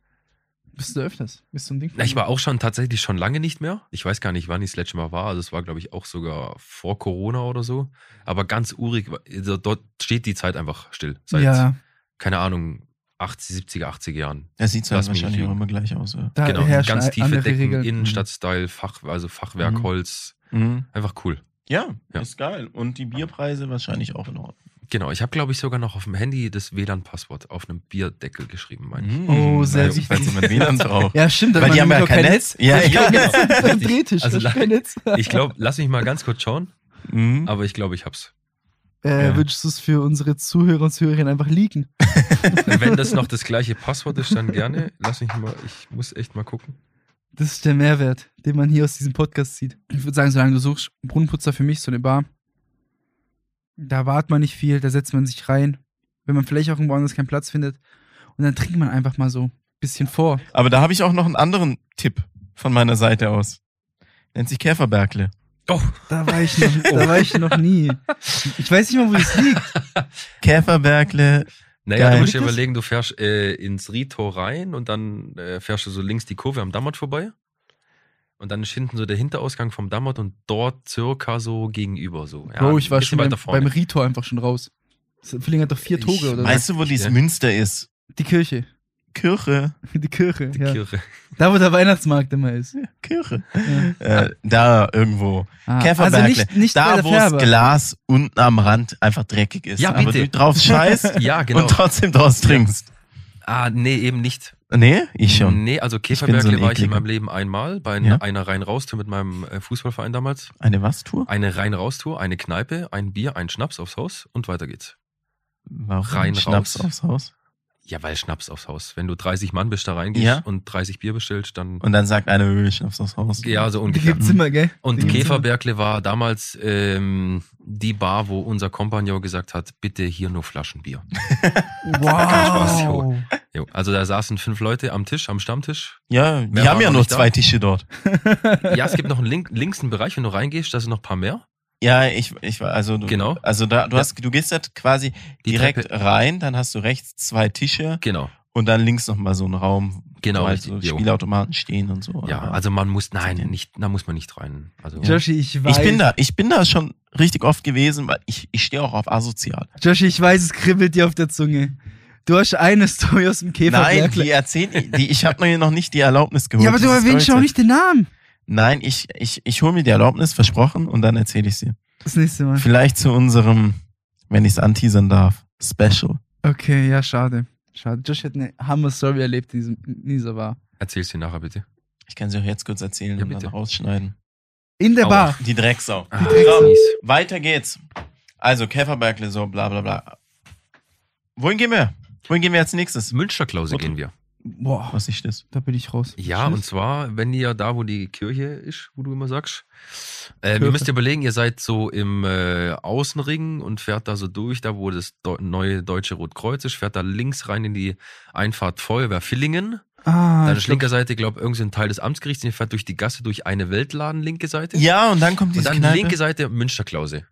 Speaker 1: Bist du öfters? Bist du ein Ding?
Speaker 2: Na, ich war auch schon tatsächlich schon lange nicht mehr. Ich weiß gar nicht, wann ich das letzte Mal war. Also es war, glaube ich, auch sogar vor Corona oder so. Aber ganz urig, also dort steht die Zeit einfach still. Seit,
Speaker 1: ja,
Speaker 2: keine Ahnung, 80, 70er, 80er Jahren.
Speaker 3: Er sieht zwar
Speaker 2: Lass mich
Speaker 3: wahrscheinlich
Speaker 2: nicht
Speaker 3: auch immer gleich aus. Ja.
Speaker 1: da
Speaker 2: genau,
Speaker 1: herrschen
Speaker 2: ganz
Speaker 1: a-
Speaker 2: tiefe
Speaker 1: andere Mhm.
Speaker 2: Decken,
Speaker 1: Regeln.
Speaker 2: Innenstadtstyle, Fach, also Fachwerk,
Speaker 3: Mhm.
Speaker 2: Holz.
Speaker 3: Mhm.
Speaker 2: Einfach cool.
Speaker 3: Ja,
Speaker 2: Ja.
Speaker 3: ist geil. Und die Bierpreise wahrscheinlich auch in Ordnung.
Speaker 2: Genau, ich habe, glaube ich, sogar noch auf dem Handy das WLAN-Passwort auf einem Bierdeckel geschrieben, meine ich.
Speaker 1: Oh, sehr
Speaker 3: Also,
Speaker 1: wichtig.
Speaker 3: Falls jemand WLAN braucht.
Speaker 1: Ja, stimmt.
Speaker 3: Weil die haben
Speaker 1: nimmt
Speaker 3: ja
Speaker 1: doch
Speaker 3: kein Netz. Ja,
Speaker 1: Ich
Speaker 3: ja,
Speaker 1: kann
Speaker 3: genau.
Speaker 1: Netz am
Speaker 2: Richtig.
Speaker 1: Drehtisch.
Speaker 2: Also
Speaker 1: da ist kein Netz.
Speaker 2: Ich glaube, lass mich mal ganz kurz schauen,
Speaker 3: Mhm.
Speaker 2: aber ich glaube, ich hab's.
Speaker 1: äh,
Speaker 3: Ja.
Speaker 1: Würdest du es für unsere Zuhörer und Zuhörerinnen einfach leaken?
Speaker 2: Wenn das noch das gleiche Passwort ist, dann gerne. Lass mich mal, ich muss echt mal gucken.
Speaker 1: Das ist der Mehrwert, den man hier aus diesem Podcast zieht. Ich würde sagen, solange du suchst, Brunnenputzer für mich, so eine Bar, da wart man nicht viel, da setzt man sich rein, wenn man vielleicht auch irgendwo anders keinen Platz findet. Und dann trinkt man einfach mal so ein bisschen vor.
Speaker 3: Aber da habe ich auch noch einen anderen Tipp von meiner Seite aus. Nennt sich Käferbergle.
Speaker 2: Oh,
Speaker 1: Da war ich noch, da war ich noch nie. Ich weiß nicht mal, wo es liegt.
Speaker 3: Käferbergle.
Speaker 2: naja,
Speaker 3: Geil.
Speaker 2: du musst dir
Speaker 1: Liegt das?
Speaker 2: überlegen, du fährst äh, ins Ritor rein und dann äh, fährst du so links die Kurve am Dammert vorbei. Und dann ist hinten so der Hinterausgang vom Dammert und dort circa so gegenüber so. Ja,
Speaker 1: Bro, ich war
Speaker 2: ein bisschen
Speaker 1: schon beim, beim Ritor einfach schon raus. Das Fülling hat doch vier
Speaker 2: Ich
Speaker 1: Tore oder
Speaker 3: Weißt du, wo dieses
Speaker 2: Ja.
Speaker 3: Münster ist?
Speaker 1: so. Die Kirche.
Speaker 3: Kirche.
Speaker 1: Die Kirche,
Speaker 2: Die
Speaker 1: ja.
Speaker 2: Kirche.
Speaker 1: Da, wo der Weihnachtsmarkt immer ist.
Speaker 3: Kirche.
Speaker 1: Ja.
Speaker 3: Äh, da irgendwo.
Speaker 1: Ah,
Speaker 3: Käferbergle.
Speaker 1: Also nicht, nicht bei
Speaker 3: da,
Speaker 1: der
Speaker 3: wo das
Speaker 1: Färber.
Speaker 3: Glas unten am Rand einfach dreckig ist.
Speaker 2: Ja,
Speaker 3: aber
Speaker 2: bitte.
Speaker 3: du drauf scheißt
Speaker 2: Ja, genau.
Speaker 3: und trotzdem draus trinkst.
Speaker 2: Ah, nee, eben nicht.
Speaker 3: Nee, ich schon.
Speaker 2: Nee, also
Speaker 3: bin so ein
Speaker 2: Käferbergle war ich in
Speaker 3: Ekliger.
Speaker 2: meinem Leben einmal bei
Speaker 3: Ja?
Speaker 2: einer Rein-Raus-Tour mit meinem äh, Fußballverein damals.
Speaker 3: Eine Was-Tour?
Speaker 2: Eine Rein-Raus-Tour, eine Kneipe, ein Bier, ein Schnaps aufs Haus und weiter geht's.
Speaker 3: Warum?
Speaker 2: Rein,
Speaker 3: Schnaps
Speaker 2: raus.
Speaker 3: aufs Haus.
Speaker 2: Ja, weil Schnaps aufs Haus. Wenn du 30 Mann bist, da reingehst
Speaker 3: Ja.
Speaker 2: und 30 Bier bestellst, dann.
Speaker 3: Und dann sagt einer, öh, Schnaps aufs Haus.
Speaker 2: Ja, so
Speaker 1: Die
Speaker 2: ungefähr.
Speaker 1: gibt's immer, gell? Die
Speaker 2: Und
Speaker 1: gibt's immer.
Speaker 2: Käferbergle war damals ähm, die Bar, wo unser Kompagnon gesagt hat, bitte hier nur Flaschenbier.
Speaker 1: Wow.
Speaker 2: Jo. Also da saßen fünf Leute am Tisch, am Stammtisch.
Speaker 3: Ja, die
Speaker 2: Mehr
Speaker 3: haben
Speaker 2: war
Speaker 3: ja
Speaker 2: noch
Speaker 3: nur
Speaker 2: nicht da.
Speaker 3: zwei Tische dort.
Speaker 2: Ja, es gibt noch einen link, links einen Bereich, wenn du reingehst, da sind noch ein paar mehr.
Speaker 3: Ja, ich, ich war, also du,
Speaker 2: Genau.
Speaker 3: also da, du
Speaker 2: Ja.
Speaker 3: hast, du gehst da quasi
Speaker 2: Die
Speaker 3: direkt
Speaker 2: Treppe-
Speaker 3: rein, dann hast du rechts zwei Tische
Speaker 2: Genau.
Speaker 3: und dann links nochmal so einen Raum,
Speaker 2: Genau,
Speaker 3: wo halt
Speaker 2: richtig,
Speaker 3: so
Speaker 2: jo.
Speaker 3: Spielautomaten stehen und so.
Speaker 2: Ja,
Speaker 3: oder?
Speaker 2: also man muss, nein,
Speaker 3: denn?
Speaker 2: nicht, da muss man nicht rein. Also,
Speaker 1: Joshi, ich weiß.
Speaker 3: ich bin da, ich bin da schon richtig oft gewesen, weil ich, ich stehe auch auf asozial.
Speaker 1: Joshi, ich weiß, es kribbelt dir auf der Zunge. Du hast eine Story aus dem
Speaker 3: Nein,
Speaker 1: Käferbergle.
Speaker 3: die erzählen, die, ich habe mir noch nicht die Erlaubnis geholt.
Speaker 1: ja, aber du
Speaker 3: diese
Speaker 1: erwähnst
Speaker 3: Story
Speaker 1: ja auch
Speaker 3: zu-
Speaker 1: nicht den Namen.
Speaker 3: Nein, ich, ich, ich hole mir die Erlaubnis, versprochen, und dann erzähle ich sie.
Speaker 1: Das nächste Mal.
Speaker 3: Vielleicht zu unserem, wenn ich es anteasern darf, Special.
Speaker 1: Okay, ja, schade. Schade. Josh hat eine Hammer-Story erlebt, die diesem- in dieser Bar.
Speaker 2: Erzähl's dir nachher bitte.
Speaker 3: Ich kann sie auch jetzt kurz erzählen
Speaker 2: Ja,
Speaker 3: und dann
Speaker 2: bitte.
Speaker 3: rausschneiden.
Speaker 1: In der
Speaker 2: Aua.
Speaker 1: Bar.
Speaker 3: Die Drecksau.
Speaker 2: Ah,
Speaker 1: Drecksau.
Speaker 2: mies.
Speaker 3: Weiter geht's. Also, Käferbergle, so, bla, bla, bla. Wohin gehen wir? Wohin gehen wir als nächstes?
Speaker 2: Münsterklause
Speaker 3: Okay.
Speaker 2: gehen wir.
Speaker 1: Boah,
Speaker 3: Was ist das?
Speaker 1: da bin ich raus.
Speaker 2: Ja,
Speaker 1: Tschüss.
Speaker 2: und zwar, wenn ihr da, wo die Kirche ist, wo du immer sagst, äh,
Speaker 1: Kirche.
Speaker 2: ihr müsst ihr überlegen, ihr seid so im äh, Außenring und fährt da so durch, da wo das Deu- neue Deutsche Rotkreuz ist, fährt da links rein in die Einfahrt Feuerwehr Villingen.
Speaker 1: Ah,
Speaker 2: Dann
Speaker 1: ich
Speaker 2: ist
Speaker 1: glaub,
Speaker 2: linker Seite, glaube ich, irgend so ein Teil des Amtsgerichts, und ihr fährt durch die Gasse, durch eine Weltladen, linke Seite.
Speaker 3: Ja, und dann kommt
Speaker 2: und
Speaker 3: diese
Speaker 2: dann
Speaker 3: Kneipe.
Speaker 2: linke Seite Münsterklause.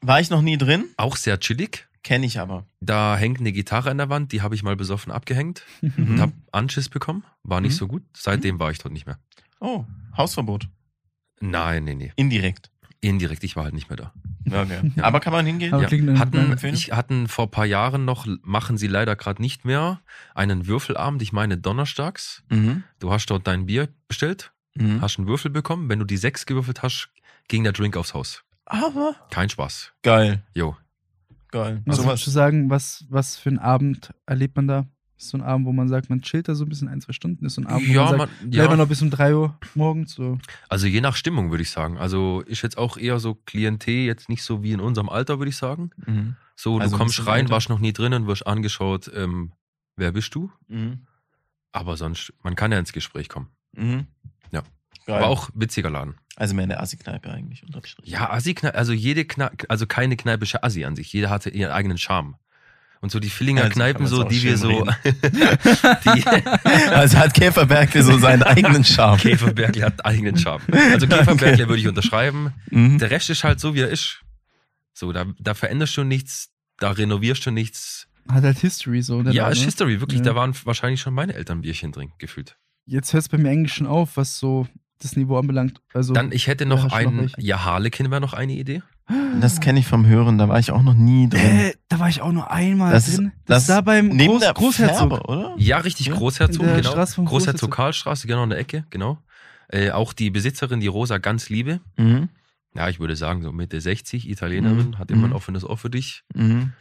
Speaker 3: War ich noch nie drin?
Speaker 2: Auch sehr chillig.
Speaker 3: Kenne ich aber.
Speaker 2: Da hängt eine Gitarre an der Wand, die habe ich mal besoffen abgehängt
Speaker 1: Mhm.
Speaker 2: und habe Anschiss bekommen. War nicht
Speaker 3: Mhm.
Speaker 2: so gut. Seitdem war ich dort nicht mehr.
Speaker 3: Oh, Hausverbot.
Speaker 2: Nein, nee, nee.
Speaker 3: Indirekt.
Speaker 2: Indirekt, ich war halt nicht mehr da.
Speaker 3: Okay. Aber kann man hingehen?
Speaker 1: Aber
Speaker 2: Ja.
Speaker 1: klingt eine
Speaker 2: Hatten,
Speaker 1: geile
Speaker 3: Empfehlung?
Speaker 2: ich, hatten vor ein paar Jahren noch, machen sie leider gerade nicht mehr, einen Würfelabend, ich meine donnerstags.
Speaker 3: Mhm.
Speaker 2: Du hast dort dein Bier bestellt,
Speaker 3: Mhm.
Speaker 2: hast einen Würfel bekommen. Wenn du die sechs gewürfelt hast, ging der Drink aufs Haus.
Speaker 3: Aber
Speaker 2: Kein Spaß.
Speaker 3: geil,
Speaker 2: Jo.
Speaker 3: geil.
Speaker 2: Also
Speaker 1: Was
Speaker 3: Sowas-
Speaker 1: würdest du sagen, was, was für ein Abend erlebt man da? Ist so ein Abend, wo man sagt, man chillt da so ein bisschen ein, zwei Stunden, ist so ein Abend, wo
Speaker 2: ja,
Speaker 1: man sagt,
Speaker 2: man,
Speaker 1: bleibt man
Speaker 2: ja.
Speaker 1: noch bis um 3 Uhr morgens. So.
Speaker 2: Also je nach Stimmung würde ich sagen. Also ist jetzt auch eher so Klientel, jetzt nicht so wie in unserem Alter, würde ich sagen.
Speaker 3: Mhm.
Speaker 2: So,
Speaker 3: Also
Speaker 2: du
Speaker 3: ein
Speaker 2: kommst
Speaker 3: bisschen
Speaker 2: rein,
Speaker 3: älter.
Speaker 2: warst noch nie drinnen, wirst angeschaut, ähm, wer bist du?
Speaker 3: Mhm.
Speaker 2: Aber sonst, man kann ja ins Gespräch kommen.
Speaker 3: Mhm.
Speaker 2: Ja.
Speaker 3: Geil.
Speaker 2: Aber auch witziger Laden.
Speaker 3: also mehr in der Assi-Kneipe eigentlich unterm Strich.
Speaker 2: Ja, Assi-Kneipe, also jede Kneipe, also keine Kneipe ist ja Assi an sich. Jeder hatte ihren eigenen Charme. Und so die Villinger
Speaker 3: Also kann
Speaker 2: Kneipen,
Speaker 3: man's
Speaker 2: so,
Speaker 3: auch
Speaker 2: die
Speaker 3: schön
Speaker 2: wir so,
Speaker 3: reden.
Speaker 2: die,
Speaker 3: Also hat Käferberg so seinen eigenen Charme.
Speaker 2: Käferbergle hat eigenen Charme. Also Käferbergle würde ich unterschreiben.
Speaker 3: Mhm.
Speaker 2: Der Rest ist halt so, wie er ist. So, da, da veränderst du nichts, da renovierst du nichts.
Speaker 1: Hat halt History so.
Speaker 3: Genau,
Speaker 1: der
Speaker 2: ja,
Speaker 1: Laden,
Speaker 2: ist
Speaker 1: ne?
Speaker 2: History, wirklich.
Speaker 1: Ja.
Speaker 3: Mhm.
Speaker 2: Da waren wahrscheinlich schon meine Eltern Bierchen drin, gefühlt.
Speaker 1: Jetzt hört es bei mir eigentlich schon auf, was so das Niveau anbelangt. Also,
Speaker 2: Dann, ich hätte
Speaker 1: Ja,
Speaker 2: noch
Speaker 1: hast du noch
Speaker 2: einen,
Speaker 1: welche?
Speaker 2: ja, Harlekin wäre noch eine Idee.
Speaker 3: Das kenne ich vom Hören, da war ich auch noch nie drin.
Speaker 1: äh, da war ich auch nur einmal
Speaker 3: Das ist-
Speaker 1: drin.
Speaker 3: das
Speaker 1: ist da beim
Speaker 3: Neben
Speaker 1: Groß,
Speaker 3: der
Speaker 1: Großherzog.
Speaker 3: Färbe, oder?
Speaker 2: Ja, richtig,
Speaker 3: Hm. Ja,
Speaker 2: Großherzog,
Speaker 1: in der
Speaker 2: genau.
Speaker 1: Straße vom
Speaker 2: Großherzog
Speaker 1: Großherzog.
Speaker 2: Karlstraße, genau in der Ecke, genau. Äh, auch die Besitzerin, die Rosa, ganz liebe.
Speaker 3: Mhm.
Speaker 2: Ja, ich würde sagen, so Mitte 60, Italienerin,
Speaker 3: Mhm.
Speaker 2: hat immer ein
Speaker 3: Mhm.
Speaker 2: offenes Ohr für dich.
Speaker 3: Mhm.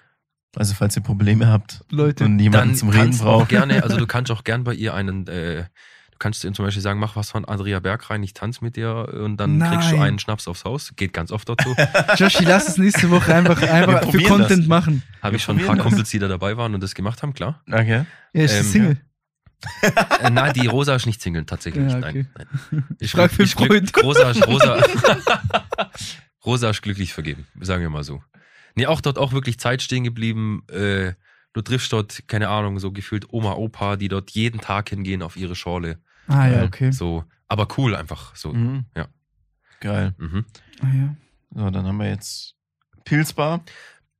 Speaker 3: Also falls ihr Probleme habt
Speaker 1: Leute,
Speaker 3: und niemanden
Speaker 2: Dann
Speaker 3: zum Reden
Speaker 2: kannst du auch
Speaker 3: braucht.
Speaker 2: gerne, also du kannst auch gern bei ihr einen, äh, du kannst ihm zum Beispiel sagen, mach was von Andrea Berg rein, ich tanze mit dir und dann kriegst du
Speaker 1: Nein.
Speaker 2: einen Schnaps aufs Haus. Geht ganz oft dazu.
Speaker 1: Joshi, lass es nächste Woche einfach,
Speaker 3: Wir
Speaker 1: einfach für
Speaker 3: probieren
Speaker 1: Content machen.
Speaker 2: Habe
Speaker 3: Wir
Speaker 2: ich schon ein paar
Speaker 3: probieren das.
Speaker 2: Kumpels, die da dabei waren und das gemacht haben, klar.
Speaker 3: Okay.
Speaker 1: Ja, ich bin
Speaker 2: Ähm,
Speaker 1: Single.
Speaker 2: Äh, nein, die Rosa ist nicht Single, tatsächlich.
Speaker 1: Ja,
Speaker 2: Nein,
Speaker 1: okay.
Speaker 2: nein. Ich
Speaker 1: frag für
Speaker 2: ich glück-
Speaker 1: Freunde.
Speaker 2: Rosa, ist- Rosa, Rosa ist glücklich vergeben, sagen wir mal so. Nee, auch dort auch wirklich Zeit stehen geblieben. Äh, du triffst dort, keine Ahnung, so gefühlt Oma, Opa, die dort jeden Tag hingehen auf ihre Schorle.
Speaker 1: Ah ja,
Speaker 3: äh,
Speaker 1: okay.
Speaker 2: So, aber cool einfach. So.
Speaker 3: Mhm.
Speaker 2: Ja.
Speaker 3: Geil.
Speaker 2: Mhm.
Speaker 1: Ah, ja.
Speaker 3: So, dann haben wir jetzt Pilzbar.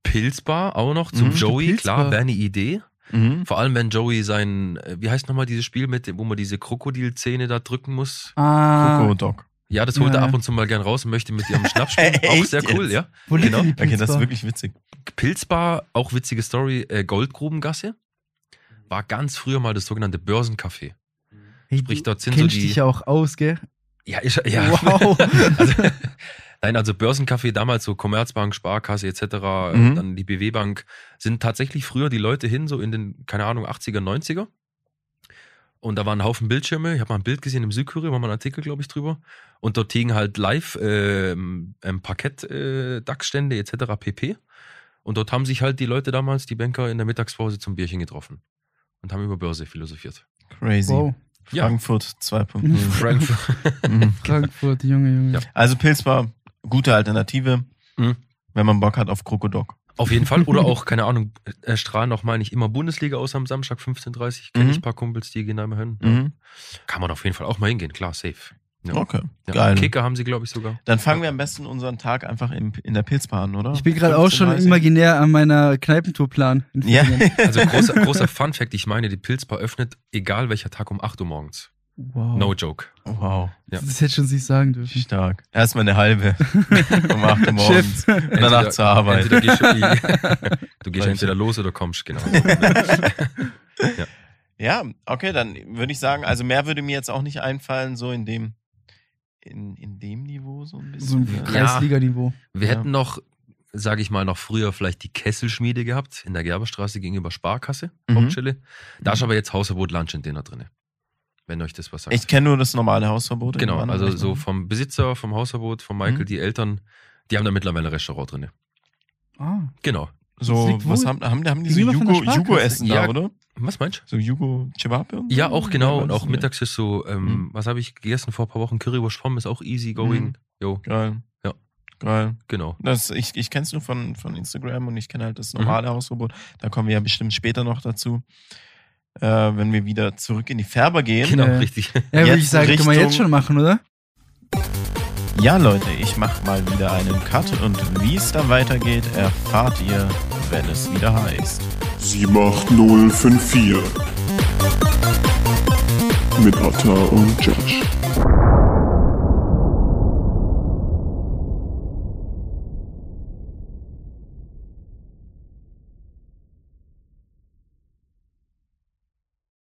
Speaker 2: Pilzbar auch noch zu
Speaker 3: Mhm.
Speaker 2: Joey,
Speaker 1: Pilzbar.
Speaker 2: klar, wäre eine Idee.
Speaker 3: Mhm.
Speaker 2: Vor allem, wenn Joey sein, äh, wie heißt nochmal dieses Spiel, mit, dem- wo man diese Krokodilzähne da drücken muss?
Speaker 1: Ah,
Speaker 3: Coco Dog.
Speaker 2: Ja, das holt
Speaker 1: Ja,
Speaker 2: er
Speaker 1: ja.
Speaker 2: ab und zu mal gern raus und möchte mit ihrem Schnapp spielen. auch
Speaker 3: Echt
Speaker 2: sehr cool,
Speaker 3: jetzt?
Speaker 2: ja.
Speaker 1: wo liegt
Speaker 2: Genau.
Speaker 1: denn die
Speaker 3: Okay, das ist
Speaker 1: Pilzbar?
Speaker 3: wirklich witzig.
Speaker 2: Pilzbar, auch witzige Story, äh, Goldgrubengasse. War ganz früher mal das sogenannte Börsencafé.
Speaker 1: Hey,
Speaker 2: Sprich,
Speaker 1: du
Speaker 2: dort sind so
Speaker 1: Mhm. kennst
Speaker 2: die.
Speaker 1: dich ja auch aus, gell?
Speaker 2: Ja, ich, ja.
Speaker 1: Wow.
Speaker 2: Also, nein, also Börsencafé damals, so Commerzbank, Sparkasse etc., äh,
Speaker 3: Mhm.
Speaker 2: dann die BW Bank, sind tatsächlich früher die Leute hin, so in den, keine Ahnung, 80er, 90er. Und da waren ein Haufen Bildschirme. Ich habe mal ein Bild gesehen im Südkurier, war mal ein Artikel, glaube ich, drüber. Und dort hingen halt live ähm, ähm, Parkett, äh, Dachstände etc. pp. Und dort haben sich halt die Leute damals, die Banker, in der Mittagspause zum Bierchen getroffen. Und haben über Börse philosophiert.
Speaker 3: Crazy.
Speaker 1: Wow.
Speaker 2: Ja.
Speaker 3: Frankfurt 2.0.
Speaker 2: Frankfurt.
Speaker 3: Mhm.
Speaker 1: Frankfurt, Junge, Junge.
Speaker 2: Ja.
Speaker 3: also Pilzbar, gute Alternative,
Speaker 2: Mhm.
Speaker 3: wenn man Bock hat auf Krokodok.
Speaker 2: Auf jeden Fall. Oder auch, keine Ahnung, äh, strahlen auch, meine ich, immer Bundesliga aus am Samstag 15.30 Kenn
Speaker 3: Mhm.
Speaker 2: ich ein paar Kumpels, die gehen da immer hin.
Speaker 3: Mhm.
Speaker 2: Kann man auf jeden Fall auch mal hingehen, klar, safe. Ja.
Speaker 3: Okay.
Speaker 2: Ja.
Speaker 3: Geil.
Speaker 2: Kicker haben sie, glaube ich, sogar.
Speaker 3: Dann fangen wir am besten unseren Tag einfach im, in der Pilzbar an, oder?
Speaker 1: Ich bin gerade auch schon
Speaker 3: 15.30.
Speaker 1: imaginär an meiner Kneipentourplan. in
Speaker 3: Ja.
Speaker 1: Finnland.
Speaker 2: Also großer, großer Fun-Fact, ich meine, die Pilzbar öffnet, egal welcher Tag, um 8 Uhr morgens.
Speaker 3: Oh.
Speaker 1: Wow.
Speaker 2: No joke.
Speaker 3: Wow.
Speaker 2: Ja.
Speaker 1: Das hätte schon sich sagen dürfen.
Speaker 3: Stark. Erstmal eine halbe. um 8 Uhr morgens.
Speaker 1: Chef.
Speaker 3: Und danach zur Arbeit.
Speaker 2: Entweder gehst du, du gehst
Speaker 3: Weil-
Speaker 2: entweder los oder kommst, genau.
Speaker 3: Ja, okay, dann würde ich sagen, also mehr würde mir jetzt auch nicht einfallen, so in dem, in, in dem Niveau so ein
Speaker 1: So
Speaker 3: bisschen.
Speaker 1: ein
Speaker 3: ne?
Speaker 2: Ja.
Speaker 1: Kreisliga-Niveau.
Speaker 2: Wir
Speaker 3: Ja.
Speaker 2: hätten noch, sage ich mal, noch früher vielleicht die Kesselschmiede gehabt, in der Gerberstraße gegenüber Sparkasse,
Speaker 3: Mhm.
Speaker 2: Hauptstelle. Da ist aber jetzt Hausverbot Lunch and Dinner drin. Wenn euch das was sagt.
Speaker 3: Ich kenne nur das normale Hausverbot. in
Speaker 2: genau,
Speaker 3: dem anderen
Speaker 2: also so
Speaker 3: Rechner.
Speaker 2: vom Besitzer, vom Hausverbot, von Michael,
Speaker 3: Mhm.
Speaker 2: die Eltern, die haben da mittlerweile ein Restaurant drin.
Speaker 1: Ah.
Speaker 2: Genau.
Speaker 1: Das
Speaker 3: So,
Speaker 1: liegt
Speaker 3: was
Speaker 1: wohl
Speaker 3: haben, haben, haben die so
Speaker 1: gegenüber von
Speaker 3: Jugo,
Speaker 1: der Sparkasse.
Speaker 3: Jugo essen
Speaker 2: Ja.
Speaker 3: da, oder?
Speaker 2: Was meinst
Speaker 3: So Jugo Cevape? und
Speaker 2: du?
Speaker 3: so?
Speaker 2: Ja, auch genau.
Speaker 3: was
Speaker 2: Und auch
Speaker 3: ist
Speaker 2: mittags ist so, ähm,
Speaker 3: Mhm.
Speaker 2: was habe ich gegessen vor ein paar Wochen? Currywurst Pommes ist auch easy
Speaker 3: Mhm.
Speaker 2: going. Jo,
Speaker 3: denn? Geil.
Speaker 2: Ja.
Speaker 3: Geil.
Speaker 2: genau.
Speaker 3: Das, ich ich kenne es nur von, von Instagram und ich kenne halt das normale Hausverbot. Da kommen wir ja bestimmt später noch dazu. Äh, wenn wir wieder zurück in die Färber gehen.
Speaker 2: Genau,
Speaker 1: Äh,
Speaker 2: richtig.
Speaker 1: Ja, würde ich
Speaker 3: Jetzt
Speaker 1: sagen, können wir
Speaker 3: Richtung-
Speaker 1: jetzt schon machen, oder?
Speaker 3: Ja, Leute, ich mache mal wieder einen Cut und wie es dann weitergeht, erfahrt ihr, wenn es wieder heißt.
Speaker 4: 78054 mit Atta und Josh.